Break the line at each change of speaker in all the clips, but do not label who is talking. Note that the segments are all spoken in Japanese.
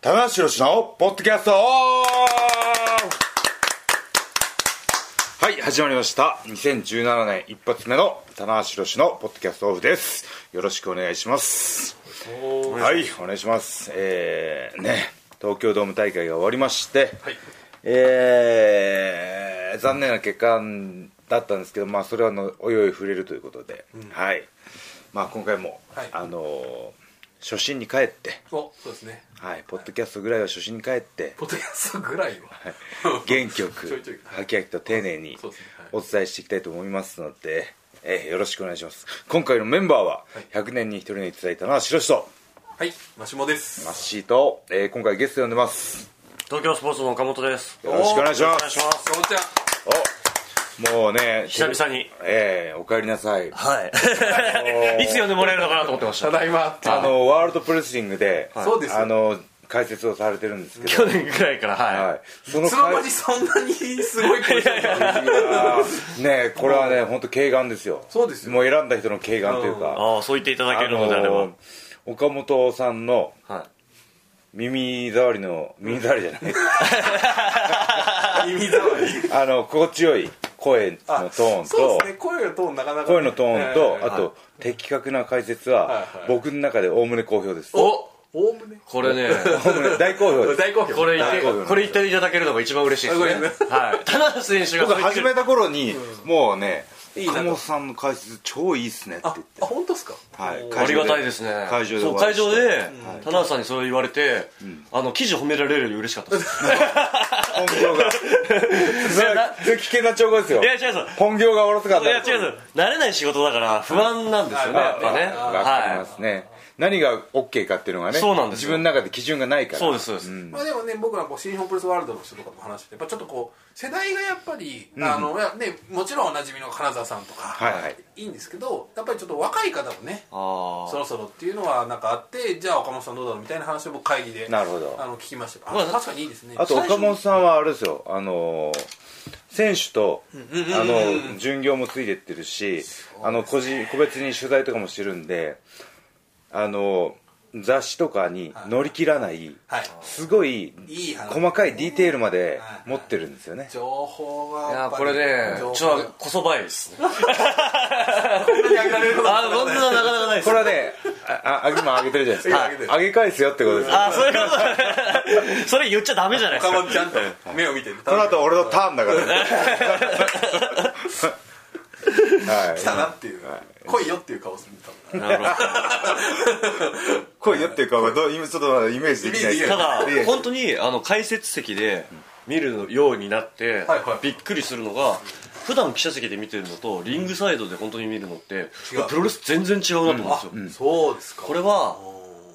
棚橋宏のポッドキャストオンはい始まりました2017年一発目の棚橋宏のポッドキャストオフですよろしくお願いしますはいお願いしますえー、ね東京ドーム大会が終わりまして、えー、残念な結果だったんですけどまあそれはのおいおい触れるということで、はいまあ今回も、
はい
あのー初心に帰って
おそうですね
はい、ポッドキャストぐらいは初心に帰って
ポッドキャストぐらいは
元気よ
ちょ
く
いちょいはい
はきはきと丁寧に
そうですねはい
お伝えしていきたいと思いますので、えーよろしくお願いします今回のメンバーは100年に1人にいただいたのは白石と
はいマシモです
マッシーと、えー今回ゲスト呼んでます
東京スポーツの岡本です
よろしくお願いし
お
ます
願いします
そうちゃん
おもうね
久々に
えーおかえりなさい
はいいつ呼んでもらえるのかなと思ってました
ただいま
あのワールドプレスリングで、
いそうですよ
あの解説をされてるんですけど
去年ぐらいからはい、
はい、そ
い
の
つの
か
間にそんなにすごい声してるの
あーねこれはね本当軽眼ですよ
そうですよ
もう選んだ人の軽眼というか、
ああそう言っていただけるのであれば、
のー岡本さんの
はい
耳障りの耳障りじゃない
耳障り
あの心地よい声のト
あ
ーン
そう
と
ですね声のトーンなかなかね
声のトーンと
えー
あと的確な解説
は
はい
はい
僕の中でおおむね好評ですお
お
おおむね
これね
おむね大好評です
大好評
これい
は
け
い
これ言っていただけるのが一番嬉しいです
あごめん
ね
ね
はい棚橋選手が
僕
そう言って
始めた頃にもうね
いいなと
岡本さんの解説超いいっすねって
あ
言って
あ本当ですか
はい
ありがたいですね
会場で
そう
お会
会
いして
場で棚橋さんにそれを言われて、あの記事褒められるより嬉しかったです
本業が それはそれ危険な兆候ですよ
いや違うぞ
本業がおろそかっ
い
た
や違うぞ慣れない仕事だから不安なんですよね
はい
やっぱね
あわかりま
は
すね、何が OK かっていうのがね
そうなんです
自
よ
分の中で基準がないか
い
ら
そうですそうです、
まあでもね僕はこう新日本プロレスワールドの人とかも話しててやっぱちょっとこう世代がやっぱりあのいやねもちろんおなじみの金沢さんと
はいは
か
い
いいんですけどやっぱりちょっと若い方もね
あ
そろそろっていうのはなんかあってじゃあ岡本さんどうだろうみたいな話を僕会議で
なるほど
あの聞きましたけど
ま
あ
あ
確かにいいですね
あと
最初
岡本さんはあれですよあのー選手とあの巡業もついてってるしあの個人個別に取材とかもしてるんであのー雑誌とかに乗り切らない
はい
すごい
いい話
細かいディテールまで
はい
持ってるんですよね
情報が
い
や
や
っぱ
こ
り
れね
情報
ちょっとこそばい ですね
こんなに上げられること
あ
は
こんななかなかないです
これはねああ今上げてるじゃないですか、
はい上げてる
上げ返すよってことですよ
あそういうこと ねそれ言っちゃダメじゃないです
岡
か
本ちゃんと目を見てる
この後俺のターンだからねはい
来たなっていう来いよっていう顔するんだ多分
なるほど
来いよっていう顔がどう今ちょっとまだイメージできない
イメージでき
ただ
いや
本当にあの解説席で見るようになって、
はいはい
びっくりするのが普段記者席で見てるのとリングサイドで本当に見るのって
違う
プロレス全然違うなと思うんです
あ
よ、
そうですか
これは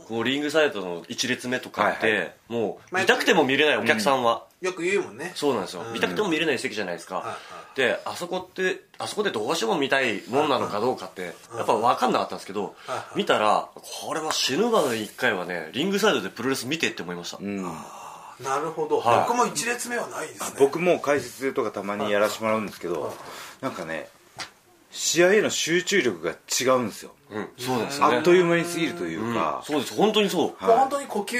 こうリングサイドの1列目とかって、
はい
もう見たくても見れないお客さんは、
よく言うもんね
そうなんですよ、見たくても見れない席じゃないですか、であそこってあそこでどうしても見たいもんなのかどうかって、やっぱ分かんなかったんですけど、見たらこれは死ぬまでに1回はねリングサイドでプロレス見てって思いました、
なるほど
はい
僕も一列目はないですね
僕も解説とかたまにやらせてもらうんですけどなんかね試合への集中力が違うんですよ
うん、そうなんですよね
あっという間に過ぎるという
うん
か、
そうです本当にそう、
はい
本当に呼吸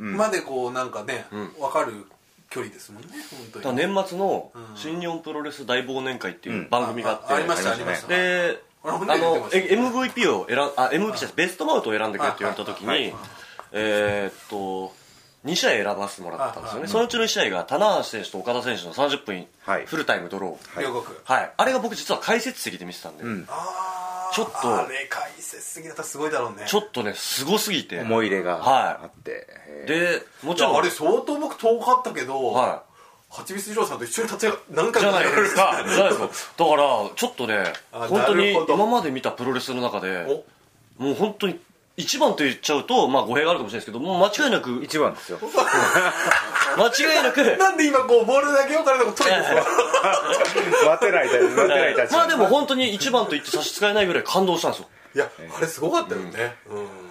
までこうなんかね分かる距離ですもんね本当
だか
に
ら年末の新日本プロレス大忘年会っていう番組があって、
あありました
あ
あ
り
り
ま
ま
し
したた
で、
俺
あ
も
の
ね出てました
MVP を選んあ MVP じゃないベストバウトを選んでくれって言われた時
はいはい
にえーっと2試合選ばせてもらったんです
は
よ
いは
ねそのうちの1試合が棚橋選手と岡田選手の30分
はい
フルタイムドロー
はい
両国
はいあれが僕実は解説席で見てたんで
ん
あー
ちょっと
あれ解説すぎだったらすごいだろうね
ちょっとねすごすぎて
思い入れがあって、えー
でもち
いや
ろ
あ
ん
れ相当僕遠かったけど、
は
はちみつ二郎さんと一緒に立ち上が何回
じ
も
ゃないです かじゃないですかだからちょっとね
あ
本当
な
に
るほど
今まで見たプロレスの中で
お
もう本当に一番と言っちゃうと、まあ、語弊があるかもしれないですけどもう間違いなく
一番ですよ
間違いなく
なんで今こうボールだけをからの取るんですか
待てない待てない立
ま
場
あでも本当に一番と言って差し支えないぐらい感動したんですよ
いやあれすごかったよね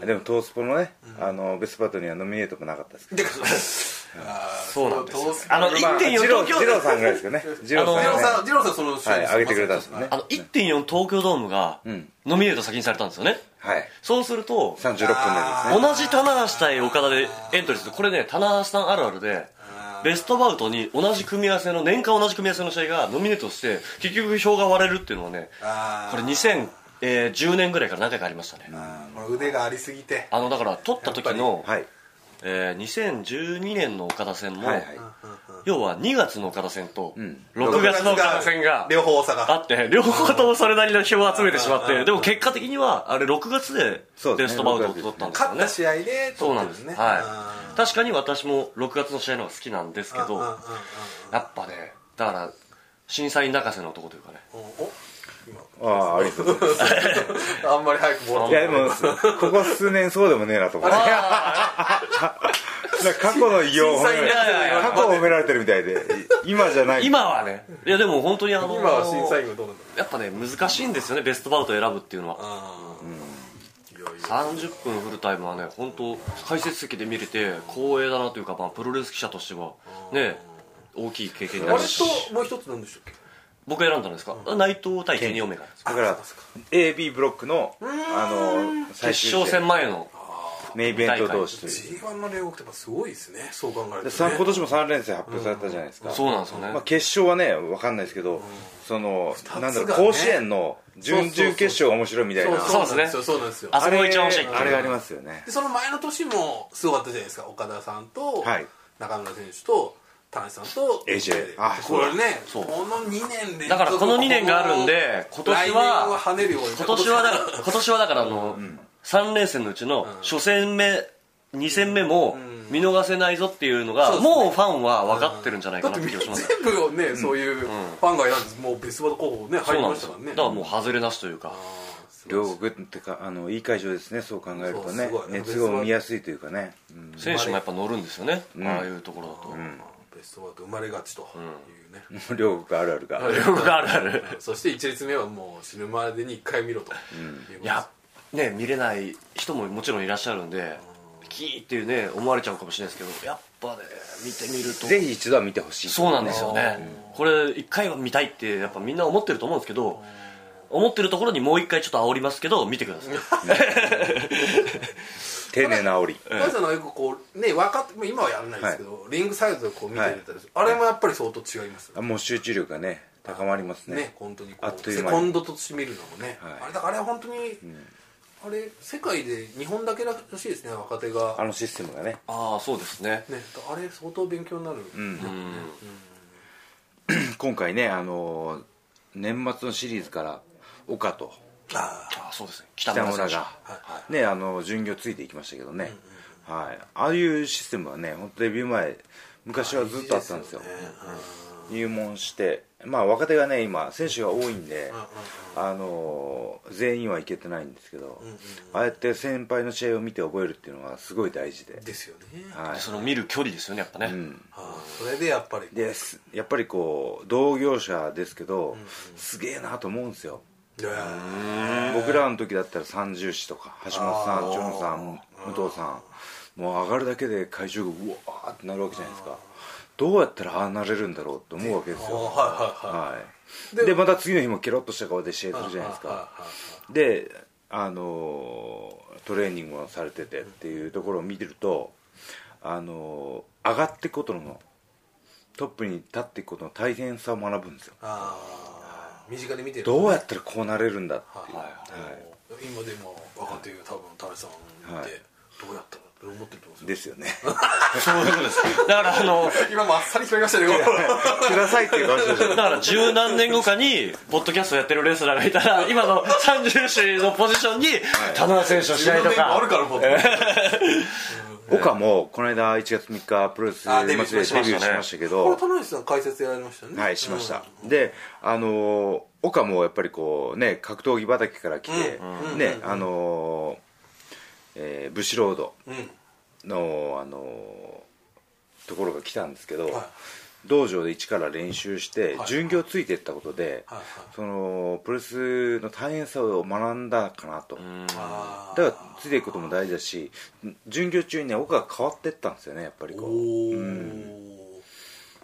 うん、
でもトースポのね、あのベストパートにはノミネートもなかったですけど
で
そうなんですよ
どする
あの
まあ、
1.4
二郎
東京
二郎さんぐらいですよね二郎さん
二郎
が
さん、二郎さんその試合
はい上げてくれたんですよね
あの1.4東京ドームが
ん
ノミネート先にされたんですよね、
はい
そうすると
36分でですね
同じ棚橋対岡田でエントリーするとこれね棚橋さんあるあるでベストバウトに同じ組み合わせの年間同じ組み合わせの試合がノミネートして結局票が割れるっていうのはね
あー
これ2010年ぐらいから何回かありましたね
これ腕がありすぎて
あのだから取った時の、
はい
えー2012年の岡田戦も、
はいはい
要は2月の岡田戦と
ん
6月の岡田戦が
両方大阪
あって両方ともそれなりの票を集めてしまってでも結果的にはあれ6月で
そうで
ベ
す
ス
ね
トバウトを取ったんですよ
勝っ
ね
た試合で
そう
取
な
っ
ん
て
です
る
ね、
ね
はい、確かに私も6月の試合の方が好きなんですけ
うん
ど
うんうんうん
やっぱねだから審査員泣かせの男というかね
うんお
ああありがとうござ います
あんまり早くボール
いやでもここ数年そうでもねえなと思って なんか過去の偉業を褒められ
審査員
いやいや
過去を褒められてるみたいで今じゃない
今はねいやでも本当にあの
今は審査員がどうなんだ
やっぱね難しいんですよねベストバウトを選ぶっていうのは
ろううんいやいや
30分フルタイムはね本当解説席で見れて光栄だなというか、まあ、プロレス記者としてはね大きい経験に
あ
な
れ
るし
ともう一つなんでしたっけ
僕選んだんですか、内藤対ケニーオメガです
だから AB ブロックのあの最
決
終
勝
戦
戦前の
メインイベント同士という
G1 の連合ってやっぱすごいですねそう考えると
で
ね
さん今年も3連戦発表されたじゃないですか、
そうなんですよね、
まあ、決勝はね分かんないですけど、その、
ね
なんだろう甲子園の準々決勝が面白いみたいな
そうそうですね
そうなんですよ
あそこ
あ
が
れ
一番面白い
あれがありますよね
でその前の年もすごかったじゃないですか岡田さんと
はい
中村選手と田中さんと
AJ
あ
あ
これねこ
そう
の2年で
だからこの2年があるんで今年
来
は
年は跳ねるように
今年はだ から今年はだからあの、3連戦のうちの初戦目、2戦目も見逃せないぞっていうのが、
そうですね
もうファンは分かってるんじゃないか
だっ
な
て
って
み
気
ん
が
な
します、
全部をねそういうファンが選んでもうベストバード候補ね入
そう
り
なん
ま
で
し
す
た
よ
からね
だからもう外れなしというか
両国ってかあのいい会場ですねそう考えると
そう
ね
すごい
熱を見やすいというかね、うん
選手もやっぱ乗るんですよね、ああいうところだと、
ベストバード生まれがちというね
両国あるあるが、
魅力があるある
そして1列目はもう死ぬまでに1回見ろということです
いやね見れない人ももちろんいらっしゃるんでキーっていうね思われちゃうかもしれないですけどやっぱね見てみると
ぜひ一度は見てほしい
そうなんですよねこれ一回は見たいってやっぱみんな思ってると思うんですけど思ってるところにもう一回ちょっと煽りますけど見てください
丁寧な煽り
大さんはよくこうね分かって今はやらないですけど、リングサイドでこう見てみたりする、あれもやっぱり相当違いますね
あもう集中力がね高まりますね
ね本当にこ
あっ
う
とい
セ
う間
コ
に
ンドとして見るのもね、
はい
あれだからあれは本当に、あれ世界で日本だけらしいですね若手が
あのシステムがね
ああそうですね
ねあれ相当勉強になる、
今回ねあの年末のシリーズから岡と
あ
ああそうですね北
北
村選
村
手
がねあの巡業ついていきましたけどね、はい、ああいうシステムはね本当デビュー前昔はずっとあったんですよ入門してまあ若手がね今選手が多いんで、あのー全員はいけてないんですけど、ああやって先輩の試合を見て覚えるっていうのはすごい大事で
あ、ですよね、
は
でその見る距離ですよねやっぱね、
ああそれでやっぱり
い、ですやっぱりこう同業者ですけど、すげえなと思うんですよ
いや
僕らの時だったら三重師とか橋本さんジョンさん武藤さんもう上がるだけで会場がうわーってなるわけじゃないですかどうやったらああなれるんだろうと思うわけです
ああ
よ
はいはいはい
はいでまた次の日もケロッとした顔で試合するじゃないですか
はいはい
であのートレーニングをされててっていうところを見てるとあのー上がっていくことのトップに立っていくことの大変さを学ぶんですよ
ああ身近で見てるとね
どうやったらこうなれるんだっていう
はい
今でも若手が多分田辺さん見て、どうやったらって思ってると思うんですよ
ですよね
そういうことです だからあの
今もあっさり決めましたね
くださいっていう感じで
だから十何年後かにポッドキャストやってるレスラーがいたら今の30種のポジションに田中選手の試合と
あ
か
るからもうあ
岡もこの間1月3日プロレス
あ
祭
デ
り
ビュ
でデ
ー
ビュー
しましたね
しましたけ
これ
ど
田辺さん解説やられましたね
はいしました、であのー岡もやっぱりこうね格闘技畑から来て、ねあのーえーブシロード
うん、うん
のあのーところが来たんですけど、
はい
道場で一から練習して、巡業ついていったことで、
はいはい
そのプロレスの大変さを学んだかなと、
あ
だからついていくことも大事だし巡業中にね僕が変わってったんですよねやっぱりこ
お
う
ー
うん
る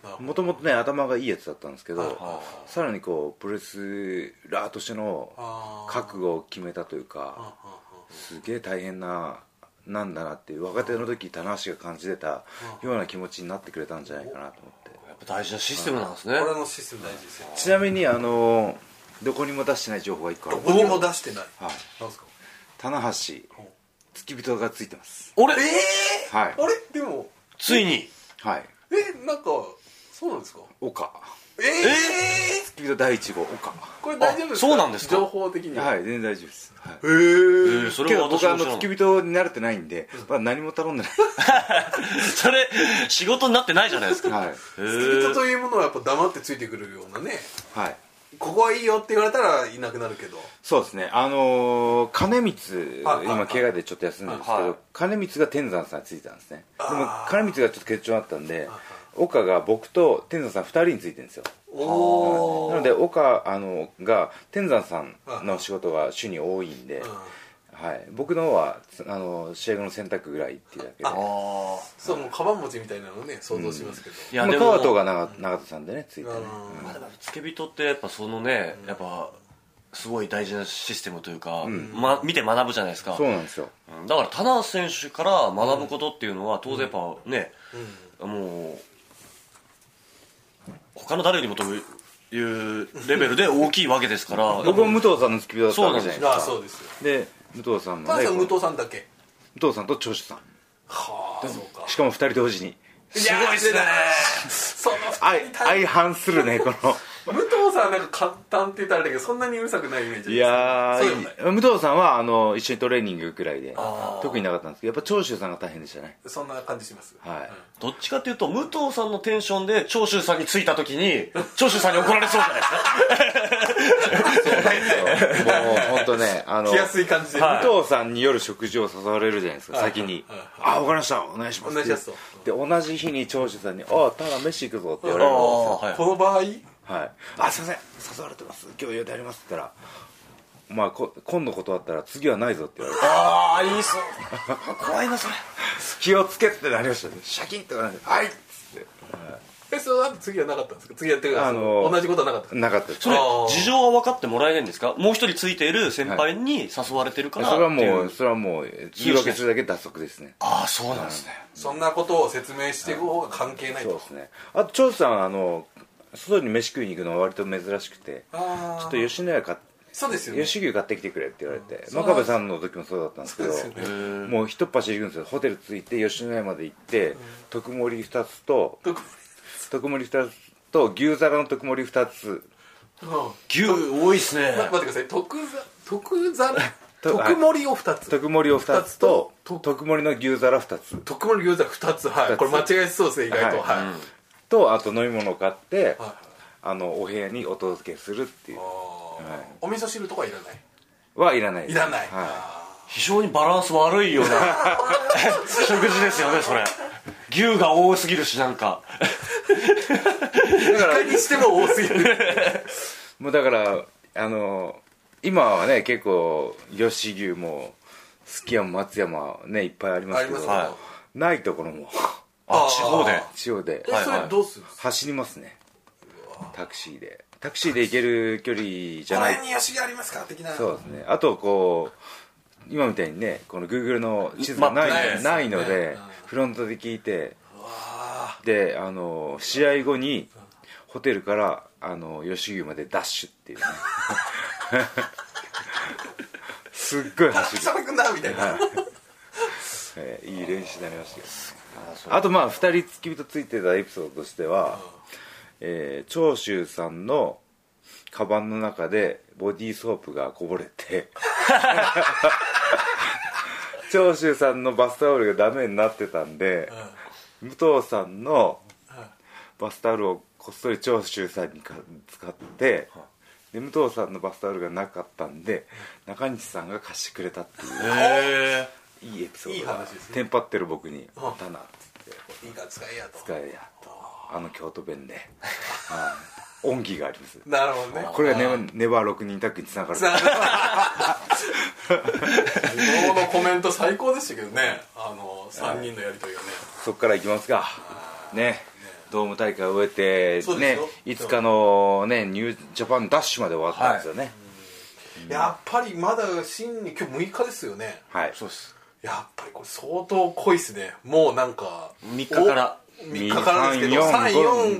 ほど
もともとね頭がいいやつだったんですけ
はいはい
ど
は
さらにこうプロレスラーとしての
あー
覚悟を決めたという
うんうん
か
うん
すげえ大変ななんだなっていう若手の時棚橋が感じてたような気持ちになってくれたんじゃないかなと思って
やっぱ大事なシステムなんですね
これのシステム大事ですよ
ちなみにあのどこにも出してない情報が1個ある
どこにも出してない
はい
なんですか
棚橋付き人がついてます
俺
ええー
はい
あれでも
ついに
はい
えなんかそうなんですか
岡
ええ
付き人第1号岡
これ大丈夫ですか
あそうなんですか
情報的に
はい全然大丈夫です、はい
えー
えーそ
け
れは
ど
私
僕
も
はあ
知
の
らな
付
い
き人に慣れてないんで、まあ、何も頼んでない
それ仕事になってないじゃないですか
はい
へ
付き人
ー
というものはやっぱ黙ってついてくるようなね
はい
ここはいいよって言われたらいなくなるけど
そうですねあのー金光
はいはいはい
今怪我でちょっと休んでるんですけ
はい
ど金光が天山さんについてたんですねでも
あー
金光がちょっと欠場あったんで岡が僕と天山さん2人についてるんですよ
おお
なので岡あのが天山さんの仕事が主に多いんで、はい、僕の方はつあの試合後の洗濯ぐらいっていうだけで
あー
そうもうカバン持ちみたいなのね想像しますけど
い
ま
や
あ、
で
川
も
藤が長長田さんでねついてね、
うん
まあでも付け人ってやっぱそのねやっぱすごい大事なシステムというか、ま、見て学ぶじゃないですか
そうなんですよ
うんだから棚橋選手から学ぶことっていうのは当然やっぱね、もう他の誰よりもというレベルで大きいわけですか ら
僕も武藤さんの付き人だったわけじゃないです
あ
か
あそうですよ
で武藤さんも
ただ
ね
さん
こ
武
の
藤さんだけ
武藤さんと長州さん
はあそうか
しかも2人同時に
すごいっすねその
相
二人対
相反する ねこ
武藤さんなんか簡単って言ったらあれだけどそんなにうるさくないイメージ
のいや
そうでもない
ー武藤さんはあの一緒にトレーニングぐらいで
あー
特になかったんですけどやっぱ長州さんが大変でしたね
そんな感じします
はい
どっちかっていうと武藤さんのテンションで長州さんに着いた時に長州さんに怒られそうじゃないですか
もう本当ねあの
来やすい感じで
はい
武藤さんに夜食事を誘われるじゃないですか
はい
先に
はい
「あ分かりましたお願いします」
お願いしますと
で同じ日に長州さんに「あただ飯行くぞ」って言われるんです
あ
よ
あはい
この場合
はい「あすいません誘われてます今日予定あります」って言ったら「まあこ今度断ったら次はないぞ」って言われて
ああいいっす怖いなそれ
「気をつけ」ってなりましたねシャキンとかなって「はい」っつっ
えその後次はなかったんですか次やってください
あのー
同じことはなかったん
て
です
なかったです
それ
あー
事情は分かってもらえないんですかもう一人ついている先輩に誘われてるから
それはも
っていう
それはもうえ言い訳するだけ脱足ですね
ああそうなんですね
そんなことを説明していく方が関係ない
そう
と
ですねあと長州さんはあの外に飯食いに行くのは割と珍しくてち
あ
ょ
あ
っと吉野家買っ
そうですよね
吉牛買ってきてくれって言われて
そう
真壁さんの時もそうだったんですけど
そうです
もう一っ走り行くんですよホテル着いて吉野家まで行って特盛り2つと
特に
特盛り2つと牛皿の特盛り2つ
うん
牛多いっすね
ま待ってください徳ざ徳ざ
とはい
特盛りを2つ
特盛りを2つと
二つと
特盛りの牛皿2つ
特盛り餃子2つは
二つ
いこれ間違えそうですね意外と
はい
はい
とあと飲み物を買って
はい
あのお部屋にお届けするっていう
あーお味噌汁とかはいらない
はいらないです
いらない
は
非常にバランス悪いような食事ですよねそれ牛が多すぎるしなんか
いだか
一
ら
回にしても多すぎる
もうだからあの今はね結構吉牛もすき家も松山ねいっぱいありますけ
あり
ど
ます
ね
ないところも
あ
あ
ー
地方で
地方で
え
はい
それどうするんですか
走りますねタクシーでタクシーで行ける距離じゃ
この
ない
辺にヤシがありますか的な
そうですねあとこう今みたいにねこの Google の地図がない,、
マップないですね
ないので、
うん
フロントで聞いて
うわ
であの試合後にホテルからあの吉牛までダッシュっていうね すっごい
ー
走る
しゃべくんだみた いな
えーいい練習になりましたよあとまあ2人付き人ついてたエピソードとしては、えー長州さんのカバンの中でボディーソープがこぼれ て長州さんのバスタオルがダメになってたんで、武藤さんのバスタオルをこっそり長州さんにか使って、で武藤さんのバスタオルがなかったんで中西さんが貸してくれたっていう
へえ
いいエピソ
い
ー
い
ドが
話ですね
テンパってる僕に「
うん
たな」っつって
いいから使えやと
「使えや」とあの京都弁で はい恩義があります
なるほどね
これがネネバー6人タッグにつながる
さあ昨日のコメント最高でしたけどねあの3人のやりとりがね
そっからいきますかねドーム大会を終え
そ
て、
うで
ね
すよ、
いつかの、ね、ニュージャパンダッシュまで終わったんですよね、
やっぱりまだ新に今日6日ですよね
はい
そうです
やっぱりこれ相当濃いですねもうなんか
3日から
3日からですけど
3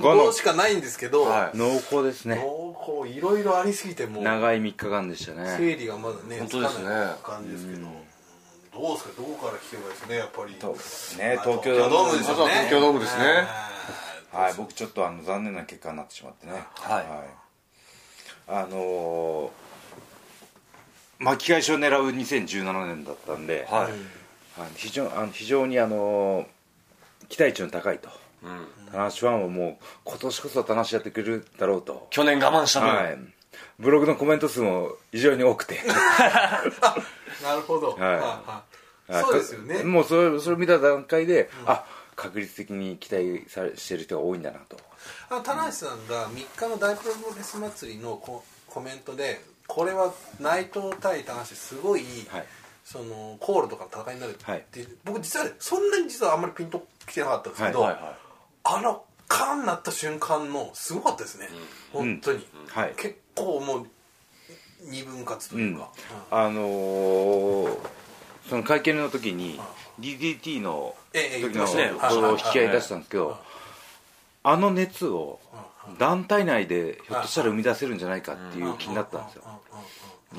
4 5
345しかないんですけど、
は
濃厚ですね、
濃厚いろいろありすぎてもう
長い3日間でしたね、
整理がまだね
本当です
つか
ね
ない感じですけど、どうですかどこから聞けばいいですかねやっぱり
とね
まあ
東京
ドームです
まず
よ
は
ね
東京ドームですね
あー
はい、僕ちょっとあの残念な結果になってしまってね、
はい
あのー巻き返しを狙う2017年だったんで、
はい、
あの非常あの非常に、あのー期待値の高いと、
うん、
棚橋ファンはもう、今年こそ棚橋やってくれるだろうと、
去年我慢した分、
はい、ブログのコメント数も非常に多くて。
なるほど、はいはい
あ
そうですよね
かもうそれそれ見た段階で、あ確率的に期待されしてる人が多いんだなと
あの棚橋さんが3日の大プロレス祭りのココメントでこれは内藤対棚橋すごい、
はい
そのコールとかの戦いになるって、
はい
僕実はそんなに実はあんまりピンときてなかったんですけど、
はいは
あのカーンなった瞬間のすごかったですね、本当に、
はい
結構もう二分割と
う
い
ん
うか、
あのーその会見の時に DDT の時
ええ言ってま
の
した
ね
その引き合い出したんですけどあの熱を団体内でひょっとしたら生み出せるんじゃないかっていう気になったんですよ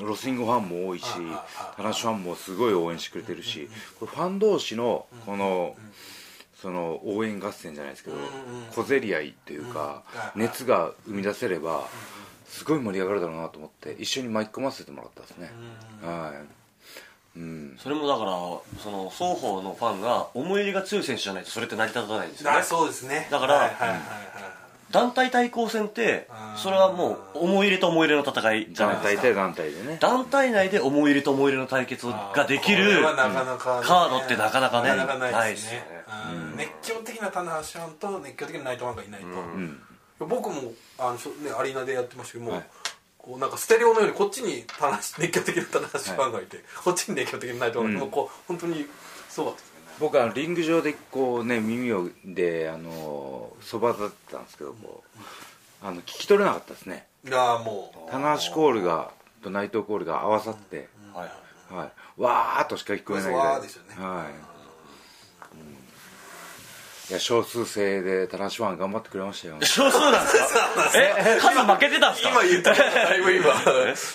ロスイングファンも多いし
うん
田中ファンもすごい応援してくれてるしこれファン同士のこのその応援合戦じゃないですけど
んうん
小競り合いというか
うん
熱が生み出せればすごい盛り上がるだろうなと思って一緒に巻き込ませてもらったんですねはいうん
い、それもだからその双方のファンが思い入れが強い選手じゃないとそれって成り立たないんですよね
だそうですね
だから
はいはいはいはい
団体対抗戦って
あー
それはもう思い入れと思い入れの戦いじゃ
団
ない
体
です
対
か
団体でね
団体内で思い入れと思い入れの対決ができ
これ
る
はなかなかね
カードってなかなかね
なかなかないですね
ないで
うん熱狂的な棚橋ファンと熱狂的なナイトファンがいないと僕もあのそうねアリーナでやってましたけども
は
う
い
こうなんかステレオのようにこっちに棚橋熱狂的な棚橋ファンがいてこっちに熱狂的なナイトファンがいてもうこう本当にそうだったですね
僕はリング上でこうね耳をであのそばだったんですけどこうあの聞き取れなかったですね
いやーもう
棚橋コールがと内藤コールが合わさって、
はい
はい、わーっとしか聞こえないぐらい
わーですよね
はいいや少数制で棚橋ファン頑張ってくれましたよ一
そうそうなんですかえ数負けてたんですか
今言ったことだい ぶ今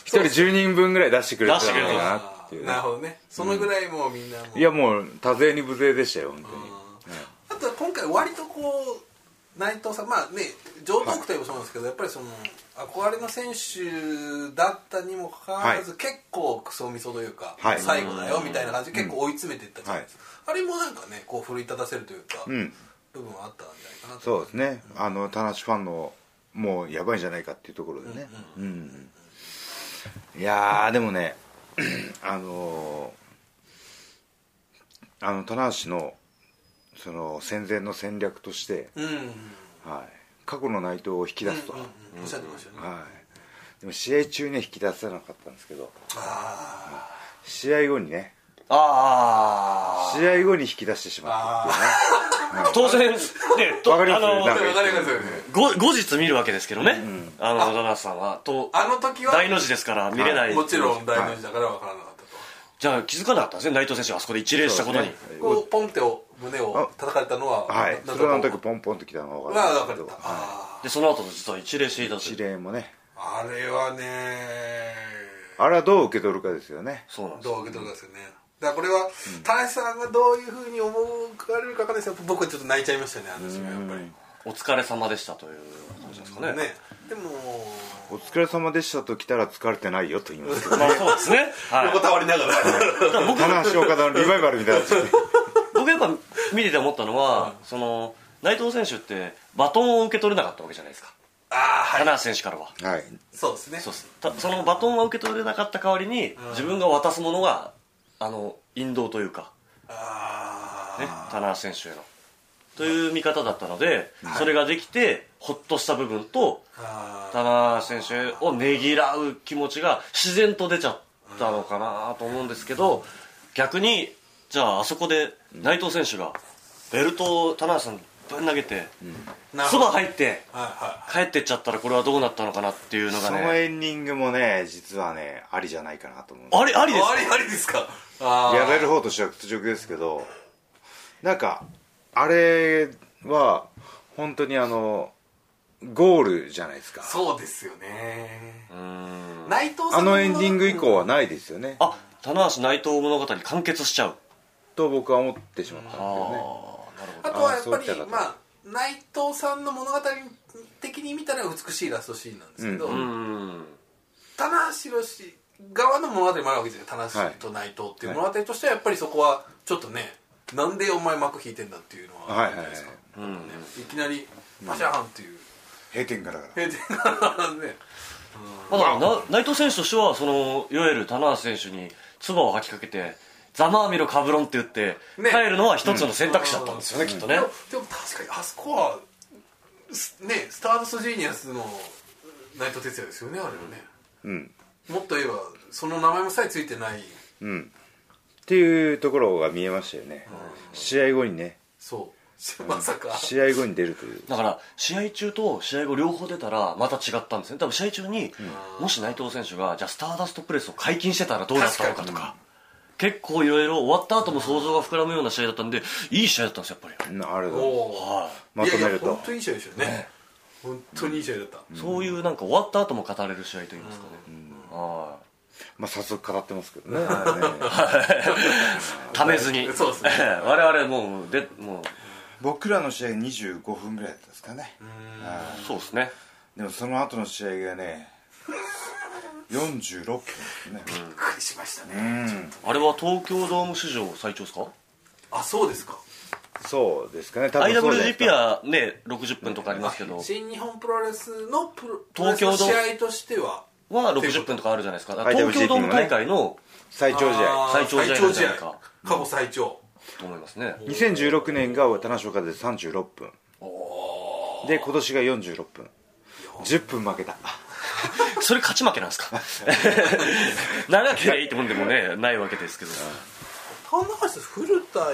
人10人分ぐらい出してくれたんじゃないかな
あ
ってい
ー
う、
なるほどねそのぐらいもうみんなもう
いやもう多勢に無勢でしたよ本当に
あとは今回割とこう内藤さんまあね上等区といえばそうなんですけど、やっぱりその憧れの選手だったにもかかわらず、
は
結構クソみそというか、
はい
最後だよみたいな感じで結構追い詰めていったじゃないですか、あれもなんかねこう奮い立たせるというか、
ん
部分はあったんじゃないかなと
そうですねあの田無ファンのもうやばいんじゃないかっていうところでねうん、いやーでもね あのーあの田無のその戦前の戦略として、
うん、うん
はい、過去の内藤を引き出すと、
うんおっしゃってましたよね、
はい、でも試合中には引き出せなかったんですけど
あ
試合後にね
あ
試合後に引き出してしまったっていうね
あ当然ねと
わかります
あの
なん
あ分かりますよね
ご後日見るわけですけどね、あのダナさんはと
あの時は
大の字ですから見れない
もちろん大の字だから分からなかったと、
じゃあ気づかなかったんですね内藤選手があそこで一礼したことに、
そうですね
こうポンってを胸を叩かれたのは
はい
な
それはあの
な
時
んと
ポンポンと来たのが分
は
か
分か
るん
っ
です
た
けど
あー
でその後実は一礼していたとい
試
う
練もね
あれはね
あれはどう受け取るかですよね
そうなんです
どう受け取るかですよねだからこれは田橋さんがどういうふうに思われるかわかんないですけど僕はちょっと泣いちゃいましたねあの時はやっぱり
お疲れ様でしたという感じですか
ね
ね
でも
お疲れ様でしたと来たら疲れてないよと言います けど
まあそうですね、はい
横、たわりながら
棚橋岡田のリバイバルみたいな
僕やっぱ見てて思ったのは、その内藤選手ってバトンを受け取れなかったわけじゃないですか
ああはい
棚橋選手からは
はい
そうですね
そうっすたそのバトンは受け取れなかった代わりに、自分が渡すものがあの引導というか
あ
ね、棚橋選手へのという見方だったので、それができてほっとした部分と
ーあー
棚橋選手をねぎらう気持ちが自然と出ちゃったのかなと思うんですけど逆にじゃああそこで内藤選手がベルトを棚橋さんぶ公園投げて
なる
そ
ほど
ば入って
はいは
帰ってっちゃったらこれはどうなったのかなっていうのが
その
ね
エンディングもね実はねありじゃないかなと思う
あれあり
い
です
ありありですかあー
やられる方としては屈辱ですけどなんかあれは本当にあのゴールじゃないですか
そうですよね
うーん
内藤さん
あのエンディング以降はないですよね
あ棚橋内藤物語完結しちゃう
と僕は思ってしまったんです
ああ
よね
なるほ
あとはや
あー
っぱ
そうき
り
たかった
まあ内藤さんの物語的に見たら美しいラストシーンなんですけど、
う
どうーん
棚橋宏側の物語もあるわけですよ棚橋と内藤っていう物語としてはやっぱりそこはちょっとねなんでお前幕引いてんだっていうのは
はい
あ
はい
るじゃ
は
な
い
いですかねいきなりパシャーンっていう
閉店からだから
閉店がね
まあ、な内藤選手としてはそのいわゆる棚橋選手に唾を吐きかけて「ざまあみろカブロン」って言って、
ね
帰るのは一つの選択肢だったんですよね、きっとね
でもでも確かにあそこはすねスターダストジーニアスの内藤哲也ですよねあれはね
うん
もっと言えばその名前もさえついてない
うんっていうところが見えましたよね試合後にね
そうまさか
試合後に出るという
だから試合中と試合後両方出たらまた違ったんですね多分試合中に、もし内藤選手がじゃあスターダストプレスを解禁してたらどうだったのかとか
確
結構いろいろ終わった後も想像が膨らむような試合だったんでいい試合だったんですよやっぱり、
うんあれだ
お
は
まとめると
いやいや本当にいい試合でしたよね本当にいい試合だった
い、そういうなんか終わった後も語れる試合といいますかね、は
まあ早速語ってますけどねあれね
いためずに
そうですね
我々もうでもう
僕らの試合25分ぐらいだったんですかね
そうですね
でもその後の試合が ね46分ですね
びっくりしましたね
うん
あれは東京ドーム史上最長ですか
あそうですか
そうですかね多分そうじゃないです
IWGP
か
はね60分とかありますけど、
新日本プロレスのプロ
東京ドーム
プロレスの試合としては
は60分とかあるじゃないですかだから東京ドーム大会の
最長試合
あー
最長試合なんじゃない
最長
か
試合過去最長
と思いますね
2016年が田中岡で36分で今年が46分10分負けた
それ勝ち負けなんですか長ければいいってもんでもねないわけですけど
棚橋さんフルタイムは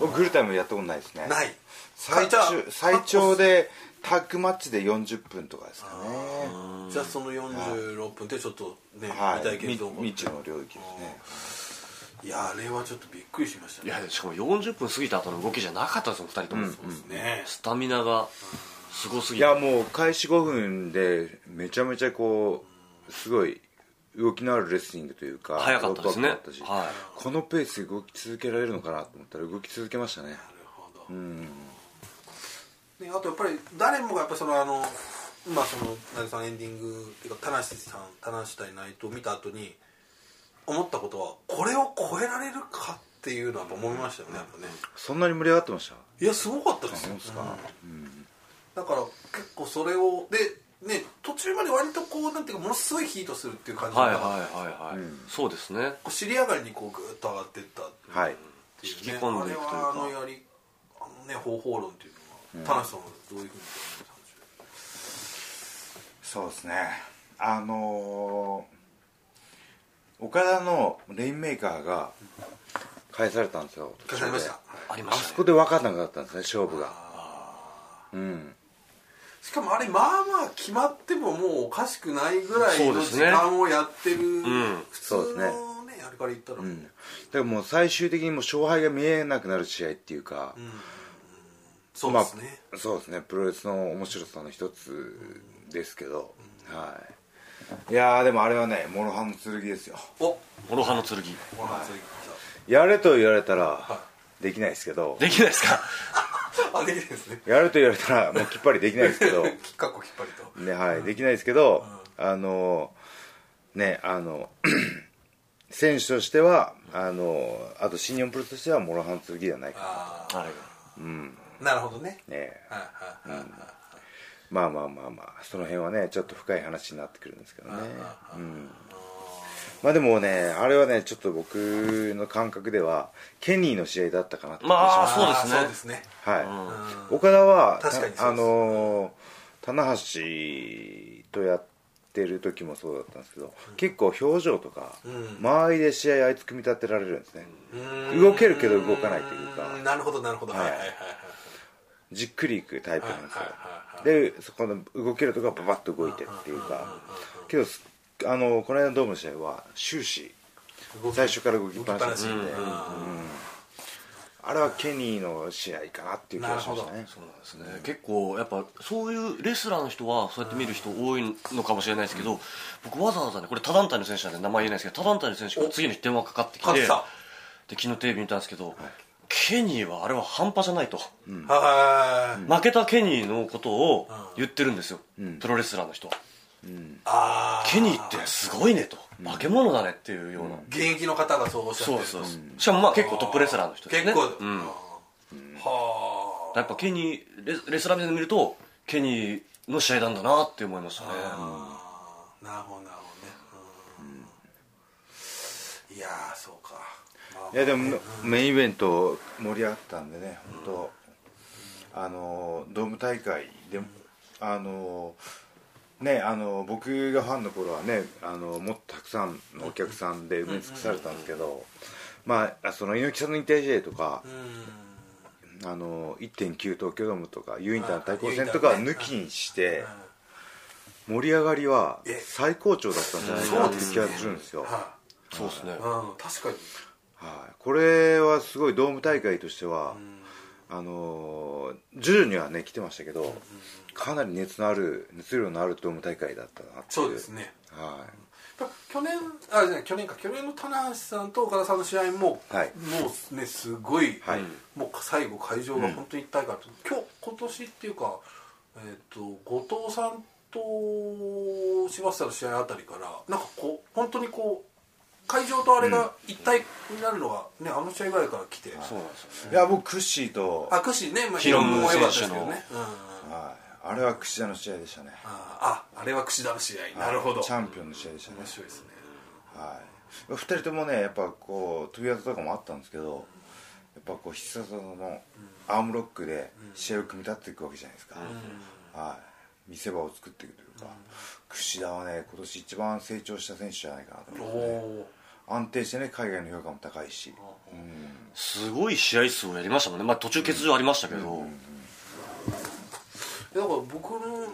僕フルタイムやったことないですね
ない
最
じゃあ
長最長でタッグマッチで40分とかですかね
じゃあその46分ってちょっとね、
は
未体
い
験
み
動画
未知の領域ですね
いやあれはちょっとびっくりしました
い
ね
やしかも40分過ぎた後の動きじゃなかったですよ2人とも、
そうですね、
スタミナがすごす
い
ぎて
やもう開始5分でめちゃめちゃこうすごい動きのあるレスリングというか
早かったですね
ロープワークもあったし
はい
このペースで動き続けられるのかなと思ったら動き続けましたね
なるほど、ね、あとやっぱり誰もがやっぱりそのあの今その成田さんエンディングっていうか田無さん田無対内藤見た後に思ったことはこれを超えられるかっていうのはやっぱ思いましたよね、やっぱね
そんなに盛り上がってました
いやすごかったですよ
ですか
だから結構それをでね途中まで割とこうなんていうかものすごいヒートするっていう感じだっ
はい
た
は
から
いはいはい、そうですね
こう尻上がりにこうグーッと上がっていったっていうね、
はい
引
き込んでいくというか
あれはあのやりあのね方法論っていうのは田無さんはどういうふうに考えてたんでしょう
そうですねあのー岡田のレインメーカーが
返されたんですよ
わかりました
ありま
あ
した
そ
ね
こで分かんなくなったんですね勝負がうん
しかもあれまあまあ決まってももうおかしくないぐらい
そう
の
です
時
ね
間をやってる、
ん
普通
そうです
の
ね
ねあれから言ったら、
だからもう最終的にもう勝敗が見えなくなる試合っていうか、
そうですね、
まあ、そうですねプロレスの面白さの一つですけど、はい
いやーでもあれはね諸刃の剣ですよ
おこ
諸刃の剣
の話で
やれと言われたらできないですけど、
できないですか
来たあできないですね
やれと言われたらもうきっぱりできないですけど、
きっかっこきっぱりと
ねはい、できないですけど、あのねあの 選手としてはあのあと新日本プロレスとしては諸刃の剣ではないか
あ
あれが
あなるほどね
なね
はいはいはいはい
まあまあまあまあその辺はねちょっと深い話になってくるんですけどねうんまあでもねあれはねちょっと僕の感覚ではケニーの試合だったかなって気がし
ま
ま
あ
す
そうですね
あーそうですね
はい岡田は
確かにそうです
たあのー棚橋とやってる時もそうだったんですけど結構表情とか
ん
間合いで試合あいつ組み立てられるんですね
うーん
動けるけど動かないというか
なるほどなるほどはいはいはいは
じっくりいくタイプなんですよ
はいはいは
で
い
そこの動けるとこはババッと動いてっていうかけどすあのこの間のドームの試合は終始
動き
最初から動きっぱなしです
動
ん
き
で
っぱなしうん
あれはケニーの試合かなっていう気がしました
な
ね
そうなんですね、結構やっぱそういうレスラーの人はそうやって見る人多いのかもしれないですけど、僕わざわざねこれ他団体の選手なんで名前言えないですけど他団体の選手から次の日電話かかってき
かかっててきた
で昨日テレビ見たんですけど、ケニーはあれは半端じゃないと、
はい
負けたケニーのことを言ってるんですよ、プロレスラーの人は
ああ
ケニーってすごいねと化け物だねっていうような、
現役の方がそうおっしゃって
そう
る
ですそうです、しかもまあ結構トップレスラーの人ですね
結構
うん、
は
やっぱケニーレスレスラーみたいなの見るとケニーの試合なんだなって思いましたね、
あなるほどなるほどねうんいやーそうかま
い
あ
やでもメインイベント盛り上がったんでね本当、あのドーム大会でもあのねあの僕がファンの頃はねあのもっとたくさんのお客さんで埋め尽くされたんですけどまあその猪木さんの引退試合とか
う、ん
あの1.9東京ドームとかユーインターの対抗戦とかは抜きにして盛り上がりは
え
最高潮だったんじゃないかなっていう気がするんですよ。
は
そうですね、
いうん確かに
はい、これはすごいドーム大会としては、あのー徐々にはね来てましたけど、かなり熱のある熱量のあるドーム大会だったなっていう
そうですね
は
やっぱ去年あじゃない去年か去年の棚橋さんと岡田さんの試合も、
はい
もうねすごい、
はい
もう最後会場が本当に一体感と、今日今年っていうか、えっと後藤さんと柴田さんの試合あたりからなんかこう本当にこう会場とあれが一体になるのが、ねあの試合ぐらいから来て、
そうなんですよね
い、いや僕クッシーと、
あくしね、まあ、
ヒロム
ヒも良かったですけどねう
選、
んうん、
はい、あれは櫛田の試合でしたね
あああれは櫛田の試合、なるほど
チャンピオンの試合でしたね
面、白いですね
はい、2人ともねやっぱこう飛び技とかもあったんですけどやっぱこう必殺技のアームロックで試合を組み立っていくわけじゃないですか、はい、見せ場を作っていくというか、櫛田はね今年一番成長した選手じゃないかなと思い
お
ますね
おー
安定してね海外の評価も高いし、
すごい試合数をやりましたもんね、まあ、途中欠場ありましたけど、
だから僕の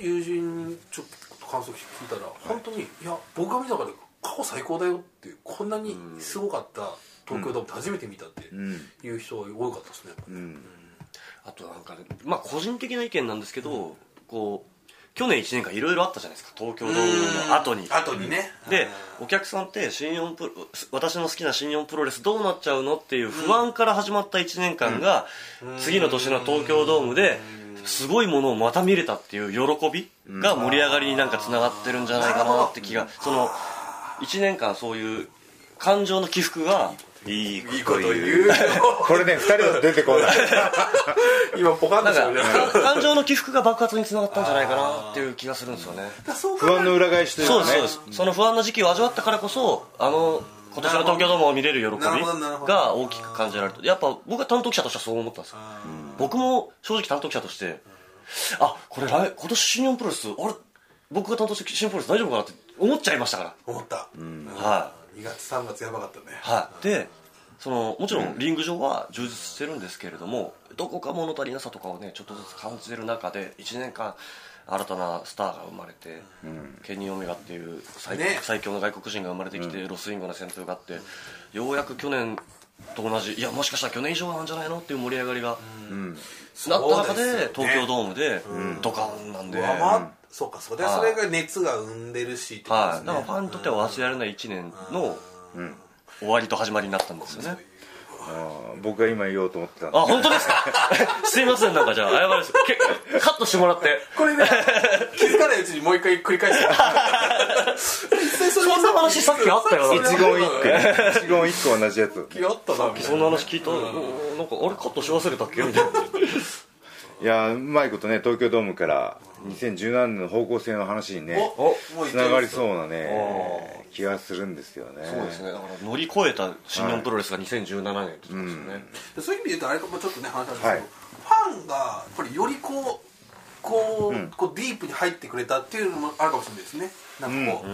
友人にちょっと感想聞いたら、本当にいや僕が見た中で過去最高だよっていうこんなにすごかった東京ドームって初めて見たっていう人が多かったですね、
あとなんかね、まあ、個人的な意見なんですけど、こう去年1年間いろいろあったじゃないですか東京ドームの後に
後にね、
でお客さんって新日本プロ私の好きな新日本プロレスどうなっちゃうのっていう不安から始まった1年間が、次の年の東京ドームですごいものをまた見れたっていう喜びが盛り上がりになんかつながってるんじゃないかなって気がその1年間そういう感情の起伏が
いい
いいこと言うよ
これね2人だと出てこない
今ポカン
な
と
ん
するね
かか感情の起伏が爆発につながったんじゃないかなっていう気がするんですよね
だからそう考え
不安の裏返しというか
そう
ね
ですそうです、その不安な時期を味わったからこそあの今年の東京ドームを見れる喜び
なるほどなるほど
が大きく感じられるとやっぱ僕は担当記者としてはそう思ったんですよ僕も正直担当記者としてあこれ来今年新日本プロレスあれ僕が担当して新日本プロレス大丈夫かなって思っちゃいましたから
思った、うん
は
2月3月やばかったね
はい、でそのもちろんリング上は充実してるんですけれども、どこか物足りなさとかをねちょっとずつ感じてる中で1年間新たなスターが生まれて、ケニー・オメガっていう最,、
ね
最強の外国人が生まれてきて、ロスインゴの戦闘があってようやく去年と同じいやもしかしたら去年以上なんじゃないのっていう盛り上がりが、なった中
そ
で
うですよね
東京ドームでドカンなんで、
上
は
回っそうかそうでそれが熱が生んでるしってことです
い、
ね
だからファンにとっては忘れられない1年の終わりと始まりになったんですよね。
あー僕が今言おうと思ってたんで
あ、本当ですか すいません、なんかじゃあ、謝りです。けカットしてもらって。
こ れね気づかないうちにもう一回繰り返して
そんな話さっきあったよな
一言一句一言一句同じやつ
やったなみたい
そんな話聞いた、うんなんか、あれカットし忘れたっけみたいな。
いやーうまいことね東京ドームから2017年の方向性の話にね
おもう
つながり
う
そうなね気がするんですよね
そうですね。だから、乗り越えた新日本プロレスが2017年ってことですよね。
そういう意味で言うとあれかもちょっとね話あるんですけど、
はい
ファンがやっぱりよりこうこう,、こうディープに入ってくれたっていうのもあるかもしれないですねなんかこう、